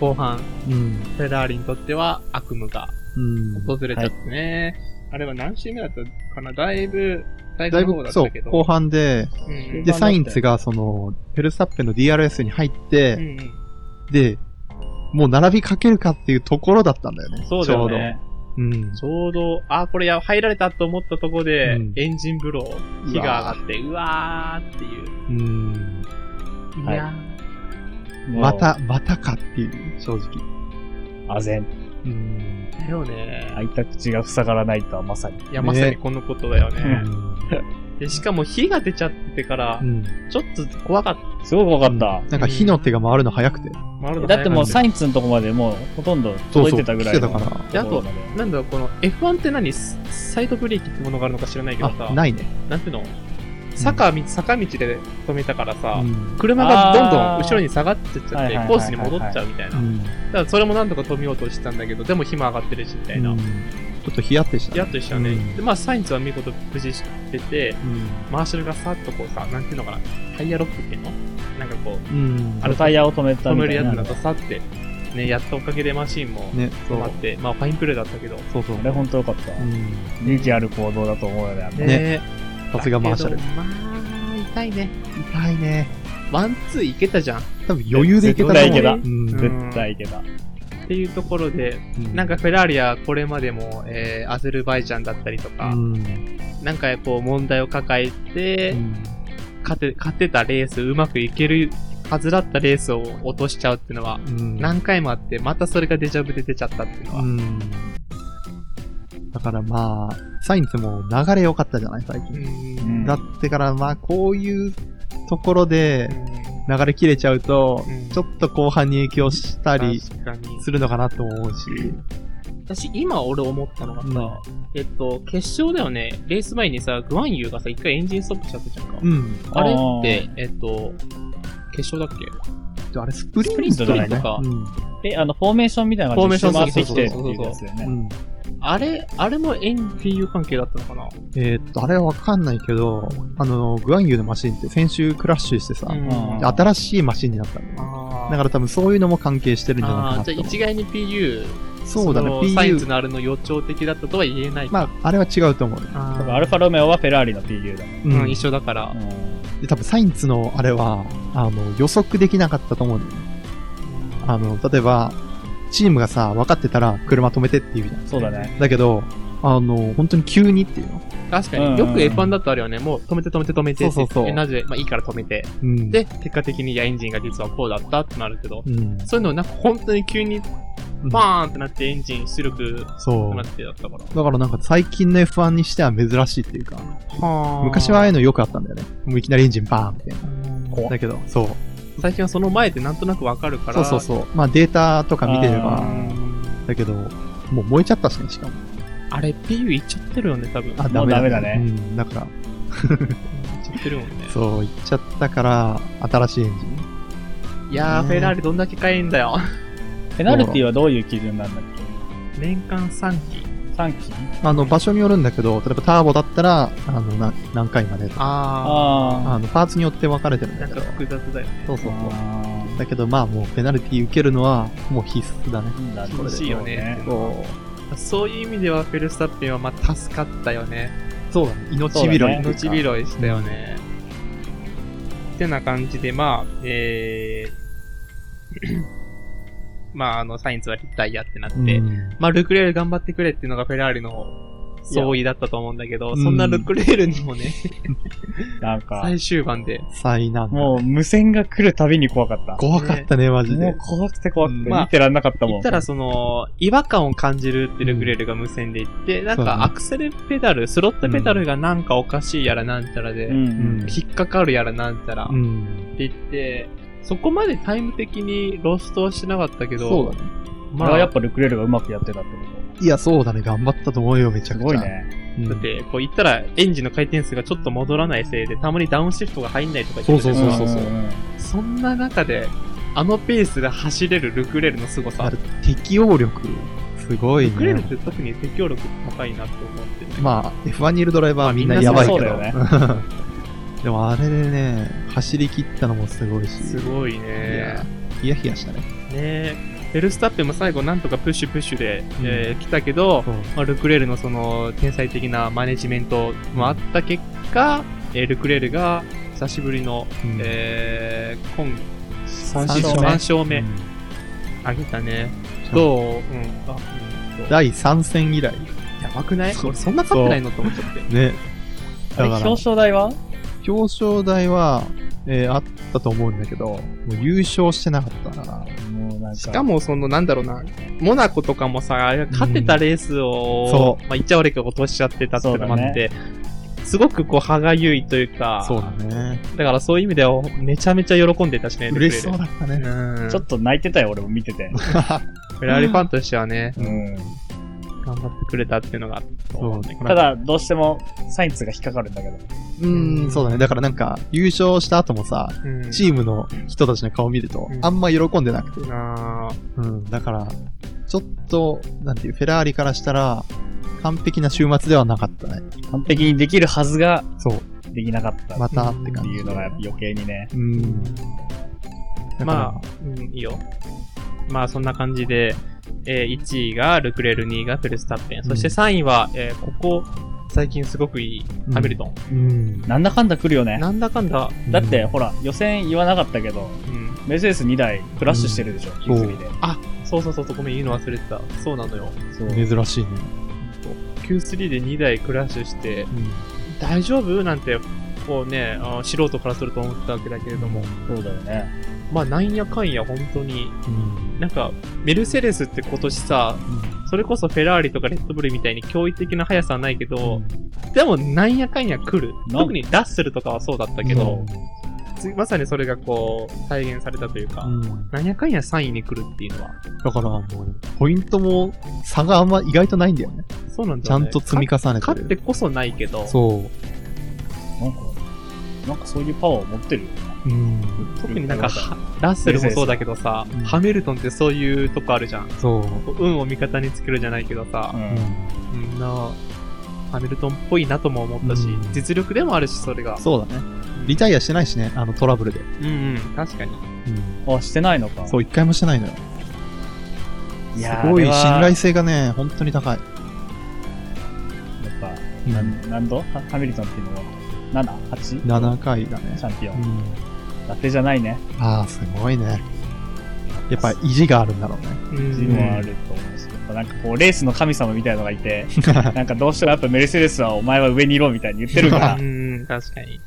Speaker 1: 後半、
Speaker 2: うん。
Speaker 1: フェラーリにとっては悪夢が
Speaker 2: うん。
Speaker 1: 訪れちゃってね。あれは何周目だったかなだいぶ、最
Speaker 2: だ
Speaker 1: 後
Speaker 2: い
Speaker 1: の方
Speaker 2: ぶ、
Speaker 1: だっ
Speaker 2: そう
Speaker 1: たけ、ど。
Speaker 2: 後半で、
Speaker 1: うんうん
Speaker 2: で、
Speaker 3: 後半だったよ
Speaker 2: サインツが、その、ペルスタッペンの DRS に入って、
Speaker 1: うんうん
Speaker 2: で、もう並びかけるかっていうところだったんだよね。
Speaker 1: そうだよね。
Speaker 2: ちょうど。うん。
Speaker 1: ちょうど、あ、これや、入られたと思ったとこで、
Speaker 2: うん
Speaker 1: エンジンブロー、火が上がって、うわーっていう。
Speaker 2: うん。
Speaker 3: はいい
Speaker 1: や
Speaker 3: もう
Speaker 2: ま。た、またかっていう、正直。
Speaker 3: あぜん。
Speaker 2: うん。
Speaker 1: ー、だよね。
Speaker 3: 開いた口が塞がらないとはまさに。
Speaker 1: いや、まさにこのことだよね。
Speaker 2: う
Speaker 1: で、しかも火が出ちゃってから、
Speaker 2: ん。
Speaker 1: ちょっと怖かった。
Speaker 3: すごく怖かった。
Speaker 2: なんか火の手が回るの早くて。
Speaker 1: 回るの早か
Speaker 3: だってもうサインツのとこまでもうほとんど届いてたぐらい
Speaker 2: そ
Speaker 3: の
Speaker 2: うそう来てたか
Speaker 1: であ
Speaker 3: ところ
Speaker 1: と
Speaker 3: まで。、
Speaker 1: なんだろう、この F1 って何スサイドブレーキってものがあるのか知らないけど
Speaker 2: あ、
Speaker 1: さ、
Speaker 2: ないね。
Speaker 1: なんていうの坂道、坂道で止めたからさ、
Speaker 2: うん
Speaker 1: 車がどんどん
Speaker 3: あー
Speaker 1: 後ろに下がってっちゃ
Speaker 3: は
Speaker 1: っ
Speaker 3: いは
Speaker 1: て
Speaker 3: いはいはいは、い
Speaker 1: コースに戻っちゃうみたいな。
Speaker 2: うん
Speaker 1: だからそれもなんとか止めようとしてたんだけど、でも火も上がってるし、みたいな。
Speaker 2: うんちょっとヒヤッてした。
Speaker 1: ヒヤッとしちゃうね。
Speaker 2: うん
Speaker 1: で、まあ、サインズは見事無事してて、
Speaker 2: う
Speaker 1: マーシャルがさっとこうさ、なんていうのかな、タイヤロックっていうのなんかこう、
Speaker 2: ん。うん。
Speaker 1: あれ
Speaker 3: タイヤを止めた
Speaker 1: 止
Speaker 3: み
Speaker 1: め
Speaker 3: た
Speaker 1: る
Speaker 3: い
Speaker 1: や
Speaker 3: な。
Speaker 1: つだとさって、ね、やったおかげでマシンも
Speaker 2: ね、そ
Speaker 1: 止まっ
Speaker 2: う。
Speaker 1: て、まあ、ファインプレーだったけど、
Speaker 2: そうそう
Speaker 3: あ。れ本当よかった。
Speaker 2: うん。
Speaker 3: 勇気ある行動だと思うよねあれ。
Speaker 2: ねさすがマーシャル
Speaker 1: だ。けどまあ、痛いね。
Speaker 2: 痛いね。
Speaker 1: ワン、ツーいけたじゃん。
Speaker 2: 多分余裕でいけたと思う。
Speaker 3: 絶対いけた
Speaker 2: うん
Speaker 1: うん
Speaker 3: 絶対いけた。
Speaker 1: っていうところで、
Speaker 2: うん
Speaker 1: なんかフェラーリはこれまでも、えー、アゼルバイジャンだったりとか、
Speaker 2: うん。
Speaker 1: なんかこう問題を抱えて、
Speaker 2: うん
Speaker 1: 勝て、勝てたレース、うまくいけるはずだったレースを落としちゃうっていうのは、
Speaker 2: うん
Speaker 1: 何回もあって、またそれがデジャブで出ちゃったっていうのは。
Speaker 2: うん。だからまあ、サインズも流れ良かったじゃない、最
Speaker 1: う
Speaker 2: 近。
Speaker 1: ん
Speaker 3: うん
Speaker 2: だってから、まあ、こういうところで流れ切れちゃうと、
Speaker 1: うん
Speaker 2: ちょっと後半に影響したり
Speaker 1: 確かに。
Speaker 2: するのかなとも思うし。
Speaker 1: 私、今俺思ったのがさ、えっと、決勝だよね、レース前にさ、グワンユーがさ、一回エンジンストップしちゃったじゃんか。
Speaker 2: うん。
Speaker 1: あれって、えっと、決勝だっけ
Speaker 2: あれ、スプリント
Speaker 3: プリントじゃない
Speaker 1: と
Speaker 3: ね。
Speaker 1: か、
Speaker 2: うん
Speaker 3: え、あの、フォーメーションみたいな感じで
Speaker 1: フォーメーション
Speaker 3: 一周回ってきて
Speaker 1: そ
Speaker 3: っ
Speaker 1: うそう
Speaker 3: てい
Speaker 1: そうう
Speaker 3: やつだよね。
Speaker 2: うん
Speaker 1: あれ、あれも NPU 関係だったのかな
Speaker 2: えーっと、あれはわかんないけど、あの、グアンユーのマシンって先週クラッシュしてさ、
Speaker 3: ん
Speaker 1: あ
Speaker 2: 新しいマシンになったの。
Speaker 1: あ
Speaker 2: だから多分そういうのも関係してるんじゃないか
Speaker 1: あ
Speaker 2: な
Speaker 1: ーじ
Speaker 2: と
Speaker 1: ゃあ。一概に PU、
Speaker 2: そうだね、
Speaker 1: のサインズ
Speaker 2: PU。
Speaker 1: のあれの予兆的だったとは言えない。
Speaker 2: まあ、あれは違うと思う。
Speaker 1: あ
Speaker 3: 多分
Speaker 1: ー
Speaker 3: アルファロメオはフェラーリの PU だね。
Speaker 2: う
Speaker 1: うん、
Speaker 2: ん。
Speaker 1: 一緒だから。
Speaker 2: で多分サインツのあれは、あの、予測できなかったと思うんだよね。あの、例えば、チームがさ、分かってたら車止めてって言うじゃん。
Speaker 3: そうだね。
Speaker 2: だけど、あの、本当に急にっていうの。
Speaker 1: 確か
Speaker 3: うん
Speaker 1: に。よく F1 だとあるよね。もう止めて止めて止めてって。
Speaker 2: そうそうそう
Speaker 1: えなぜ、まあいいから止めて。
Speaker 2: うん。
Speaker 1: で、結果的にいやエンジンが実はこうだったってなるけど。
Speaker 2: うん。
Speaker 1: そういうのをなんか本当に急に
Speaker 2: うん
Speaker 1: バーンってなってエンジン出力
Speaker 2: そう
Speaker 1: な。ってだったから。
Speaker 2: だからなんか最近の F1 にしては珍しいっていうか、昔はああいうのよくあったんだよね。もういきなりエンジンバーンみたいな。
Speaker 3: 怖
Speaker 2: だけど、そう。
Speaker 1: 最近はその前でなんとなくわかるから。
Speaker 2: そうそうそう。まあデータとか見てれ
Speaker 1: う
Speaker 3: あ
Speaker 2: ば、
Speaker 1: ん
Speaker 2: だけど、もう燃えちゃったしね、しかも。
Speaker 1: あれ PU いっちゃってるよね、多分。
Speaker 2: あ、
Speaker 1: いっ
Speaker 2: ダメだ
Speaker 3: もうダメだね
Speaker 2: うん、だから、
Speaker 1: ちゃってるもんね。
Speaker 2: そう、行っちゃったから、新しいエンジン。
Speaker 1: いやー、
Speaker 2: ね
Speaker 1: フェラーリどんだけ買えんだよ。
Speaker 3: ペナルティはどういう基準なんだっけ
Speaker 1: 年間3機。
Speaker 3: ?3 期
Speaker 2: あの、場所によるんだけど、例えばターボだったら、あの、な何回までとか、
Speaker 1: あ
Speaker 3: あ
Speaker 2: あの、パーツによって分かれてるん
Speaker 1: ー、な
Speaker 2: だ
Speaker 1: ん
Speaker 2: け
Speaker 1: か
Speaker 2: ど。
Speaker 1: 複雑だよね。
Speaker 2: そうそうそう。
Speaker 3: あ。
Speaker 2: だけど、まあもう、ペナルティ受けるのは、もう必須だね。
Speaker 1: 厳しいよね。
Speaker 2: そ
Speaker 1: そういう意味ではフェルスタッペンはまあ助かったよね。
Speaker 2: う。そうだね。命拾いっていうか。
Speaker 1: 命拾いしたよね。ってな感じで、まあ、えー まあ、あの、サインズは立体やってなって、
Speaker 2: うん
Speaker 1: まあ、ルクレール頑張ってくれっていうのがフェラーリの相違だったと思うんだけど、
Speaker 2: いや
Speaker 1: そんなルクレールにもね、
Speaker 3: なんか、
Speaker 1: 最終盤で、
Speaker 2: 災難。
Speaker 3: もう無線が来るたびに怖かった。
Speaker 2: 怖かったね、マジ
Speaker 3: もう
Speaker 2: で。
Speaker 3: 怖くて怖くて、
Speaker 1: まあ
Speaker 3: 見てらんなかった
Speaker 1: 言
Speaker 3: もん。
Speaker 1: ったらその、違和感を感じるってルクレールが無線で言って、なん
Speaker 2: そうだね
Speaker 1: かアクセルペダル、スロットペダルがなんかおかしいやらなんちゃらで、
Speaker 3: うん
Speaker 2: うん
Speaker 1: 引っかかるやらなんちゃら
Speaker 2: う
Speaker 1: っ
Speaker 2: ん。
Speaker 1: て言って、そこまでタイム的にロストはしなかったけど、
Speaker 2: そうだね。
Speaker 3: ま
Speaker 1: ま
Speaker 3: あれ
Speaker 1: あや
Speaker 3: はや
Speaker 1: っ
Speaker 3: っ
Speaker 1: ぱ、
Speaker 3: ぱルクレールがうまくやってたってこと。
Speaker 2: いや、そうだね。頑張ったと思うよ、めちゃ
Speaker 3: す
Speaker 2: くちゃ。
Speaker 3: ごい。ね。
Speaker 2: うん
Speaker 1: だって、こう言ったらエンジンの回転数がちょっと戻らないせいで、たまにダウンシフトが入んないとか言ってたじゃ
Speaker 2: そ
Speaker 1: ん
Speaker 2: うそうそうん
Speaker 3: ん
Speaker 1: そんな中で、あのペースで走れるルクレールの凄
Speaker 2: あ
Speaker 1: さ
Speaker 2: れ。適応力、すごい
Speaker 1: ルクレール
Speaker 2: ね
Speaker 1: っ。て特に適応力高いなって思ってね。
Speaker 2: まあ、F1 にいるドライバーはみんな
Speaker 1: みんな
Speaker 2: やばいけ
Speaker 3: そう
Speaker 2: ど。
Speaker 3: だよね
Speaker 2: でもあれでね、走り切ったのもすごいし。
Speaker 1: すごい
Speaker 2: い
Speaker 1: ね。
Speaker 2: やヒヤヒヤしたね。
Speaker 1: ねえ、フェルスタッペンも最後なんとかプッシュプッシュで、
Speaker 2: うん
Speaker 1: えー来たけど、
Speaker 2: そう
Speaker 1: まあ、ルクレールのその天才的なマネジメントもあった結果、えールクレールが久しぶりの、
Speaker 2: うん
Speaker 1: えー今
Speaker 2: 三
Speaker 3: 勝目
Speaker 1: 3勝目
Speaker 2: うん
Speaker 1: あげたね。
Speaker 2: うん
Speaker 1: どううん。あ、うん
Speaker 2: 第3戦以来。
Speaker 1: やばくない
Speaker 2: そう
Speaker 1: 俺そんな勝ってないのと思っちゃって。
Speaker 2: ね。
Speaker 3: あれ
Speaker 2: だか
Speaker 3: 表
Speaker 2: ら、
Speaker 3: 彰台は
Speaker 2: 表彰台は、えーあったと思うんだけど、もう優勝してなかったな。
Speaker 3: もうなんか
Speaker 1: しかも、その、なんだろうな、モナコとかもさ、勝てたレース
Speaker 2: うん
Speaker 1: を
Speaker 2: そ、
Speaker 1: まあ、言っちゃ悪いけど落としちゃってたっていうのもあって、すごくこう、歯がゆいというか、
Speaker 2: そうだね。
Speaker 1: だからそういう意味では、めちゃめちゃ喜んでたしね、
Speaker 2: 嬉しそう
Speaker 1: だ。
Speaker 2: だった
Speaker 1: う
Speaker 2: ね。
Speaker 1: ん。
Speaker 3: ちょっと泣いてたよ、俺も見てて。
Speaker 1: フェラーリファンとしてはね、
Speaker 3: うん。
Speaker 1: 頑張ってくれたっていうのがあったと思うんだけど
Speaker 2: そう
Speaker 3: ただ、どうしても、サインツが引っかかるんだけど。
Speaker 2: うん、そうだね。だからなんか、優勝した後もさ、
Speaker 1: うん
Speaker 2: チームの人たちの顔見ると
Speaker 1: う、ん
Speaker 2: あんま喜んでなくて。
Speaker 1: あ
Speaker 2: うん、だから、ちょっと、なんていう、フェラーリからしたら、完璧な週末ではなかったね。
Speaker 3: 完璧にできるはずが、
Speaker 2: そう。
Speaker 3: できなかった
Speaker 2: ま
Speaker 3: った
Speaker 2: って
Speaker 3: て
Speaker 2: 感じ。
Speaker 3: いうのが余計にね。
Speaker 2: うん。だから
Speaker 1: まあ、うん、いいよ。まあ、そんな感じで、えー1位がルクレール、2位がフェルスタッペン、そして
Speaker 2: うん
Speaker 1: 3位は、えーここ、最近すごくいいハミルトン。
Speaker 2: うん。
Speaker 3: なんだかんだ来るよね。
Speaker 1: なんだかんだ、
Speaker 3: だって、、ほら、予選言わなかったけど、
Speaker 1: うん、
Speaker 3: メルセデス2台クラッシュしてるでしょ、
Speaker 2: うん
Speaker 3: ユースリーで。
Speaker 1: そうそうそうそう、ごめん、言うの忘れてた。そうなのよ。
Speaker 3: そう。
Speaker 2: 珍しいね。
Speaker 1: Q3 で2台クラッシュして、大丈夫なんて、こうね、あー素人からすると思ったわけだけれども、
Speaker 3: そうだよね。
Speaker 1: まあ、なんやかんや、本当に、
Speaker 2: うん。
Speaker 1: なんか、メルセデスって今年さ、それこそフェラーリとかレッドブルみたいに驚異的な速さはないけど、でもなんやかんや来る。
Speaker 3: なん
Speaker 1: 特にダッセルとかはそうだったけ
Speaker 2: そ
Speaker 1: ど、つまさにそれがこう、再現されたというか、
Speaker 2: うん。
Speaker 1: なんやかんや3位に来るっていうのは、
Speaker 2: だからもう、ポイントも差があんま意外とないんだよね。
Speaker 1: そうなん
Speaker 2: ち
Speaker 1: だ
Speaker 2: ゃ
Speaker 1: よね
Speaker 2: んと積み重ねて
Speaker 1: 勝って
Speaker 2: る。
Speaker 1: こそないけど、
Speaker 2: そ
Speaker 3: なんか、なんかそういうパワーを持ってるよね。
Speaker 2: う。うん。
Speaker 1: 特になんか、
Speaker 3: ルクレール
Speaker 1: はラッセルもそうだけどさ
Speaker 2: ルセル、さん
Speaker 1: ハミルトンってそういうとこあるじゃん。
Speaker 2: そう。
Speaker 1: こう運を味方につけるじゃないけどさ
Speaker 3: う、。
Speaker 2: うんん。
Speaker 1: うん、なハミルトンっぽいなとも思ったし、
Speaker 2: うん
Speaker 1: 実力でもあるし、それが。
Speaker 2: そうだね。リタイアしてないしね、あのトラブルで。
Speaker 1: うんうん、確かに。
Speaker 2: うん。
Speaker 3: あ、してないのか。
Speaker 2: そう、一回もしてないのよ。
Speaker 3: い
Speaker 2: す
Speaker 3: やー
Speaker 2: ごい信
Speaker 3: あれは
Speaker 2: 頼性がね、本当に高い。
Speaker 3: やっぱ、なん何度ハハミルトンっていうのは、7、8?
Speaker 2: 7回だ
Speaker 3: チ
Speaker 2: ね。
Speaker 3: ャンピオ
Speaker 2: う
Speaker 3: ン。
Speaker 2: ん。
Speaker 3: 伊達じゃないね。
Speaker 2: ああ、すごいね。やっぱ意地があるんだろうね。
Speaker 1: うん
Speaker 3: 自分はあると思うし、やっぱなんかこう、レースの神様みたいのがいて、なんかどうしてもやっぱメルセデスはお前は上にいろみたいに言って るから
Speaker 1: う、ん、確かに。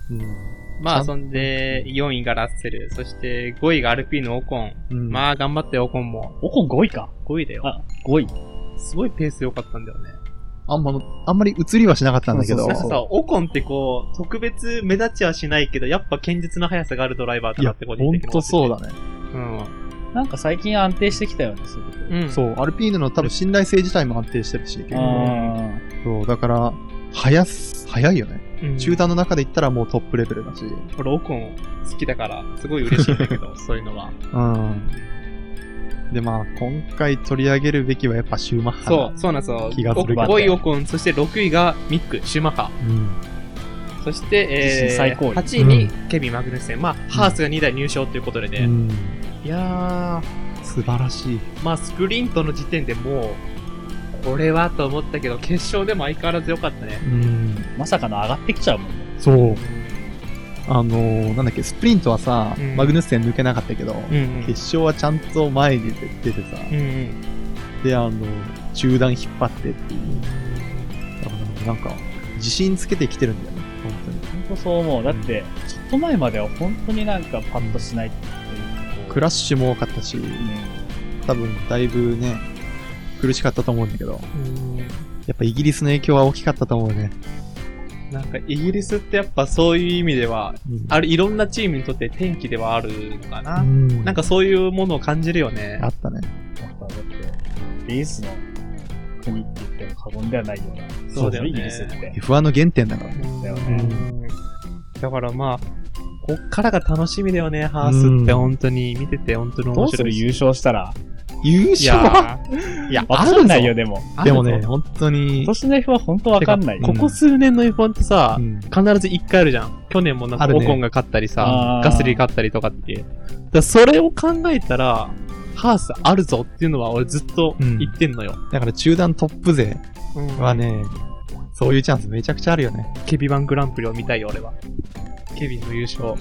Speaker 1: ま
Speaker 2: ま
Speaker 1: あ、そんで、4位がラッセル、そして5位がアルピーのオコン。
Speaker 2: うん
Speaker 1: まあ、頑張ってオコンも。
Speaker 3: オコン5位か。
Speaker 1: 5位だよ。
Speaker 3: あ、5位。
Speaker 1: すごいペース良かったんだよね。
Speaker 2: あんま、あんまり映りはしなかったんだけど
Speaker 1: なんか
Speaker 3: そうそうそう
Speaker 1: さ、オコンってこう、特別目立ちはしないけど、やっぱ堅実な速さがあるドライバー
Speaker 2: い
Speaker 1: だな
Speaker 2: や
Speaker 1: って、個人
Speaker 2: ほん
Speaker 1: 的に思
Speaker 2: と
Speaker 1: ってて
Speaker 2: そう。だね。
Speaker 1: うん。
Speaker 3: なんか最近安定してきたよね、すごく。
Speaker 1: うん。。
Speaker 2: そうう、アルピーヌの多分信頼性自体も安定してるし、結構
Speaker 3: あ
Speaker 2: そう、だから、早す、早いよね。集団の中で言ったらもうトップレベルだし。う
Speaker 1: 俺、オコン好きだから、すごい嬉しいんだけ ど、そういうのは。
Speaker 2: ん。で、まあ、今回取り上げるべきはやっぱシューマッハだ。
Speaker 1: そう、そうなんですよ。
Speaker 2: 気がするけど
Speaker 1: 5位オコン、そして6位がミック、シューマッハ。
Speaker 2: うん。
Speaker 1: そして、え
Speaker 3: 自身
Speaker 1: ー、
Speaker 3: 最高位
Speaker 1: 8位にケビン・マグネッセン。まあ、ハースが2台入賞ということでね。
Speaker 2: うん。
Speaker 1: いや
Speaker 2: 素晴らしい。
Speaker 1: ー、まあ、スプリントの時点でもう、これはと思ったけど、決勝でも相変わらず良かったね。
Speaker 2: うん。
Speaker 3: ーまさかの上がってきちゃうもんね。
Speaker 2: そう。あのー、なんだっけ、スプリントはさ、
Speaker 1: うん
Speaker 2: マグヌッセン抜けなかったけど、
Speaker 1: うん
Speaker 2: 決勝はちゃんと前に出てさ、
Speaker 1: うん。うん
Speaker 2: で、あの、中段引っ張ってっていう。だからなんか、自信つけてきてるんだよね、本当に。
Speaker 3: 本当そう思う。だって、ちょっと前までは本当になんかパッとしないっていうか。
Speaker 2: クラッシュも多かったし、
Speaker 3: うん
Speaker 2: 多分だいぶね、苦しかったと思うんだけど、やっぱイギリスの影響は大きかったと思うね。
Speaker 1: なんか、イギリスってやっぱそういう意味では、ある、いろんなチームにとって天気ではあるのかな。
Speaker 2: ん
Speaker 1: なんかそういうものを感じるよね
Speaker 2: あ。ったね。
Speaker 3: やっぱだって、レースの国って言っても過言ではないような。
Speaker 1: そうだよね
Speaker 3: イギリスって。
Speaker 2: F1 の原点だから。
Speaker 3: だよ
Speaker 1: う
Speaker 3: ね。
Speaker 1: んだからまあ、こっからが楽しみだよね、ハースって
Speaker 2: うん
Speaker 1: 本当に、見てて本当に
Speaker 3: ど
Speaker 1: 面
Speaker 3: うす
Speaker 1: 白
Speaker 3: る
Speaker 1: いし。
Speaker 3: 優勝したら。
Speaker 2: 優
Speaker 1: いや
Speaker 2: 勝は
Speaker 1: ーいや、
Speaker 3: わ
Speaker 1: あ
Speaker 3: か
Speaker 1: る
Speaker 3: ん
Speaker 1: ぞ
Speaker 3: ないよ、でも。
Speaker 2: でもね、
Speaker 1: てか
Speaker 2: 本当に
Speaker 3: 今、年の F は本当わかんないよ。
Speaker 1: ここ数年の F1 ってさ、
Speaker 2: うん
Speaker 1: 必ず1回あるじゃん。去年もなんか
Speaker 2: ある
Speaker 1: オ
Speaker 2: ね
Speaker 1: コンが勝ったりさ
Speaker 3: あ、ー
Speaker 1: ガスリー勝ったりとかって。だからそれを考えたら、ハースあるぞっていうのは俺ずっと言ってんのよ。
Speaker 2: だから中段トップ勢
Speaker 1: うん
Speaker 2: はね、そういうチャンスめちゃくちゃあるよね。
Speaker 1: ケビバングランプリを見たいよ、俺は。ケビンの優勝。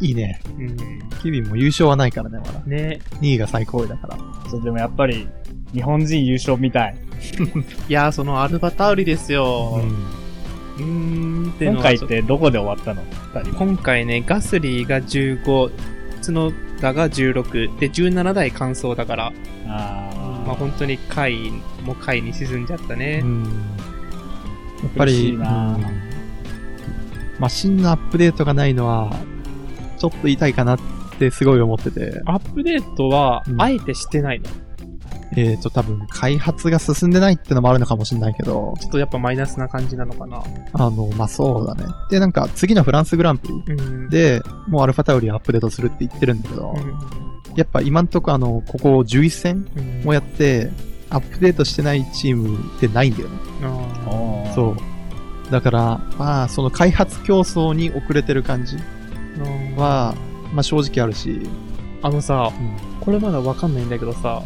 Speaker 2: いいね。
Speaker 1: うん。
Speaker 2: キビンも優勝はないからね、まだ。
Speaker 1: ね
Speaker 2: 2位が最高位だから。
Speaker 3: そうでもやっぱり、日本人優勝みたい。
Speaker 1: いやー、そのアルバタウリですよ。
Speaker 2: ん。
Speaker 1: うーん、っていうの
Speaker 3: 今
Speaker 1: は
Speaker 3: 回
Speaker 1: ちょっ
Speaker 3: っ
Speaker 1: と
Speaker 3: てどこで終わったの二人は
Speaker 1: 今回ね、ガスリーが15、角田が16、で、17台完走だから、まあ
Speaker 3: あ
Speaker 1: 本当に回も回に沈んじゃったね。
Speaker 2: やっぱり、
Speaker 3: 苦しいなぁ
Speaker 2: うんマシンのアップデートがないのは、ちょっと痛いかなってすごい思ってて。
Speaker 1: アップデートは
Speaker 2: う、ん
Speaker 1: あえてしてないの。
Speaker 2: えっ、と、多分、開発が進んでないってのもあるのかもしれないけど、
Speaker 1: ちょっとやっぱマイナスな感じなのかな。
Speaker 2: あの、まあ、そうだね。で、なんか、次のフランスグランプリ
Speaker 1: うん、
Speaker 2: で、もうアルファタウリアップデートするって言ってるんだけど
Speaker 1: う、ん、
Speaker 2: やっぱ今んとこあの、ここ11戦
Speaker 1: うん、
Speaker 2: もやって、アップデートしてないチームってないんだよね。
Speaker 1: あー
Speaker 3: そ
Speaker 2: そう。だから、まあ、その開発競争に遅れてる感じは、まあ正直あるし、
Speaker 1: あのさ、これまだわかんないんだけどさ、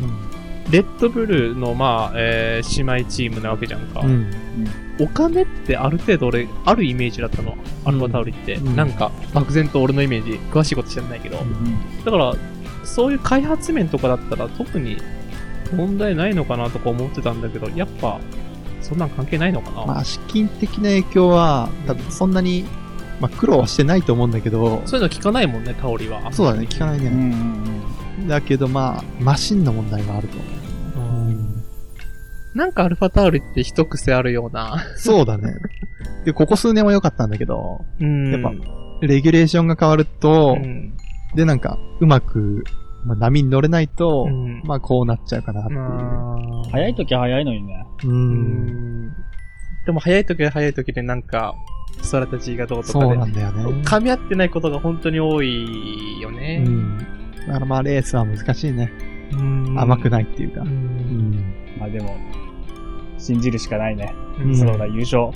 Speaker 1: レッドブルの、まあ、えー姉妹チームなわけじゃんか。
Speaker 2: うん。うん。
Speaker 1: お金ってある程度俺、あるイメージだったの。アルファタウリって。
Speaker 2: うん
Speaker 1: なんか、漠然と俺のイメージ、詳しいこと知らないけど。
Speaker 2: ん
Speaker 1: だから、そういう開発面とかだったら特に問題ないのかなとか思ってたんだけど、やっぱ、そんなん関係ないのかな、
Speaker 2: まあ資金的な影響は、多分そんなに、まあ苦労はしてないと思うんだけど、
Speaker 1: そういうの聞かないもんね、タオリは。
Speaker 2: そうだね、聞かない
Speaker 3: うん。う
Speaker 2: ね。
Speaker 3: んうん
Speaker 2: だけどまあ、マシンの問題はあると思
Speaker 1: うんなんかアルファタオリって一癖あるような。
Speaker 2: う。そうだね。で、ここ数年は良かったんだけど、
Speaker 1: うん
Speaker 2: やっぱ、レギュレーションが変わると、
Speaker 1: うん。
Speaker 2: で、なんか、うまく、まあ、波に乗れないと、
Speaker 1: うん
Speaker 2: まあ、こうなっちゃうかなっていう。
Speaker 1: あー
Speaker 3: 早い時は早いのにね。
Speaker 2: う。
Speaker 1: うんん。でも早い時は早い時でなんか、ストラテジーがどうと
Speaker 2: そうな
Speaker 1: か
Speaker 2: んだよね
Speaker 1: で、。噛み合ってないことが本当に多いよ
Speaker 2: う
Speaker 1: ね。
Speaker 2: ん。だからまあ、レースは難しいね。
Speaker 1: うん
Speaker 2: 甘くないっていうか。
Speaker 1: う。
Speaker 2: うんん。
Speaker 3: まあでも、信じるしかないね。
Speaker 1: うん
Speaker 3: そうだ、優 勝。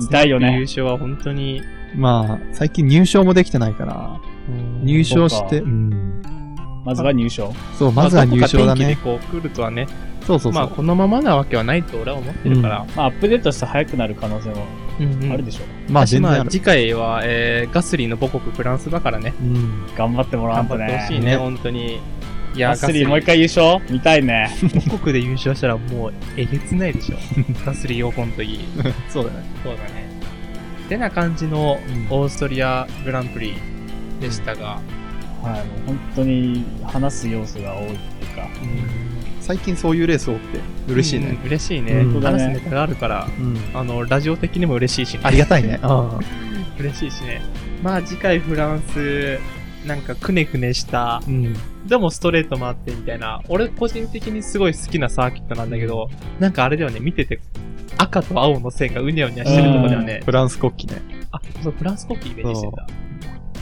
Speaker 3: 見たいよ
Speaker 1: 優
Speaker 3: ね。
Speaker 1: 勝は本当に、
Speaker 2: まあ、最近入賞もできてないから、入賞して、うん。
Speaker 3: まずは入賞。
Speaker 2: そう、まずは入賞だ
Speaker 1: まあど
Speaker 2: ね。
Speaker 1: こか天気でこう来るとはね、
Speaker 2: そうそうそ
Speaker 1: まあ
Speaker 2: う。
Speaker 1: このままなわけはないと俺は思ってるから。
Speaker 3: まあアップデートして早くなる可能性も
Speaker 1: うん
Speaker 3: あるでしょ。
Speaker 2: まあ、全然
Speaker 1: ま
Speaker 2: あ
Speaker 1: あ
Speaker 2: る。
Speaker 1: 次回は、えーガスリーの母国フランスだからね。
Speaker 2: うん。
Speaker 3: 頑張ってもらわ
Speaker 1: 頑
Speaker 3: ん
Speaker 1: 張
Speaker 3: と
Speaker 1: って
Speaker 3: ね
Speaker 1: ほ。しい
Speaker 2: ね
Speaker 1: ね、本当に。いや、
Speaker 3: ガ
Speaker 1: ガ
Speaker 3: ス
Speaker 1: ス
Speaker 3: リ
Speaker 1: リ
Speaker 3: ーもう
Speaker 1: ー、
Speaker 3: 一回優勝見たいね。
Speaker 1: 母国で優勝したらもうえげつないでし ょ。ガスリー横の時。
Speaker 2: そうだね。
Speaker 1: そうだね。てな感じのオーストリアグランプリでしたが、
Speaker 3: はい、もう本当に話す要素が多いっていうか。
Speaker 2: 最近そういうレース多くて、嬉しいね。
Speaker 1: うん。嬉しいね。
Speaker 2: うん
Speaker 1: 話すネタがあるから、
Speaker 2: うん。
Speaker 1: あの、ラジオ的にも嬉しいしね
Speaker 2: ありがたいね。あ
Speaker 1: 嬉しいしね。まあ次回フランス、なんかくねくねした、
Speaker 2: うん。
Speaker 1: でもストレートもあってみたいな、俺個人的にすごい好きなサーキットなんだけど、なんかあれだよね、見てて、赤と青の線がうにゃうにゃしてるとこだよね。
Speaker 2: フランス国旗ね。
Speaker 1: あ、そう、フランス国旗イメージしてんだ。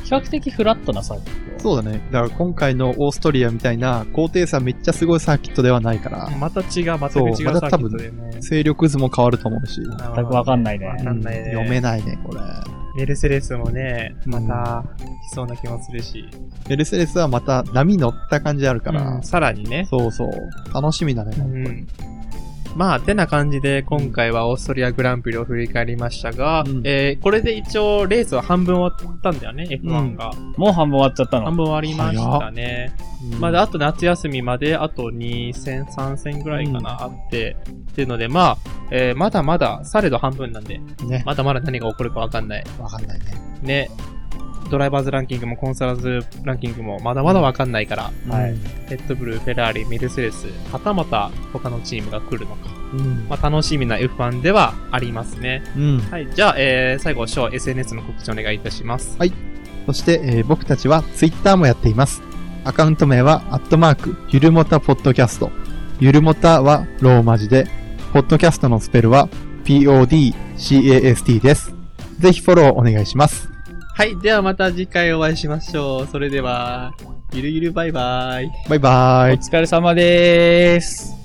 Speaker 3: 比較的フラットなサーキット。
Speaker 2: そうだね。だから今回のオーストリアみたいな高低差めっちゃすごいサーキットではないから、
Speaker 1: また違う、また違うサーキットだよね。
Speaker 2: 勢力図も変わると思うし、
Speaker 3: 全くわかんないね
Speaker 1: わかんないね。
Speaker 2: 読めないね、これ。
Speaker 1: メルセデスもね、
Speaker 2: うん
Speaker 1: また、来そうな気もするし。
Speaker 2: メルセデスはまた波乗った感じあるから、
Speaker 1: うんさらにね。
Speaker 2: そうそう。楽しみだね。
Speaker 1: うんまあ、てな感じで、今回はオーストリアグランプリを振り返りましたが、
Speaker 2: うん
Speaker 1: えーこれで一応、レースは半分終わったんだよね、F1 が。
Speaker 3: もう半分終わっちゃった
Speaker 1: 半
Speaker 3: の。
Speaker 1: 分終わりましたね。まだあと夏休みまで、あと2戦、3戦ぐらいかな、
Speaker 2: うん
Speaker 1: あって、っていうので、まあ、えーまだまだ、されど半分なんで、
Speaker 2: ね。
Speaker 1: まだまだ何が起こるかわかんない。
Speaker 2: わかんないね。
Speaker 1: ね。ドライバーズランキングもコンサルズランキングもまだまだわかんないから、
Speaker 3: はい
Speaker 2: うん。
Speaker 1: レッドブル、フェラーリ、メルセデス、はたまた他のチームが来るのか。
Speaker 2: うん。
Speaker 1: まあ、楽しみな F1 ではありますね。
Speaker 2: うん
Speaker 1: はい。じゃあ、えー、最後、ショー、SNS の告知お願いいたします。
Speaker 2: そして、えー僕たちは Twitter もやっています。アカウント名は、アットマーク、ゆるもたポッドキャスト。ゆるもたはローマ字で、ポッドキャストのスペルは、podcast です。ぜひフォローお願いします。
Speaker 1: はい。では、また次回お会いしましょう。それでは、ゆるゆるバイバイ。
Speaker 2: バイバーイ
Speaker 3: お。疲れ様でーす。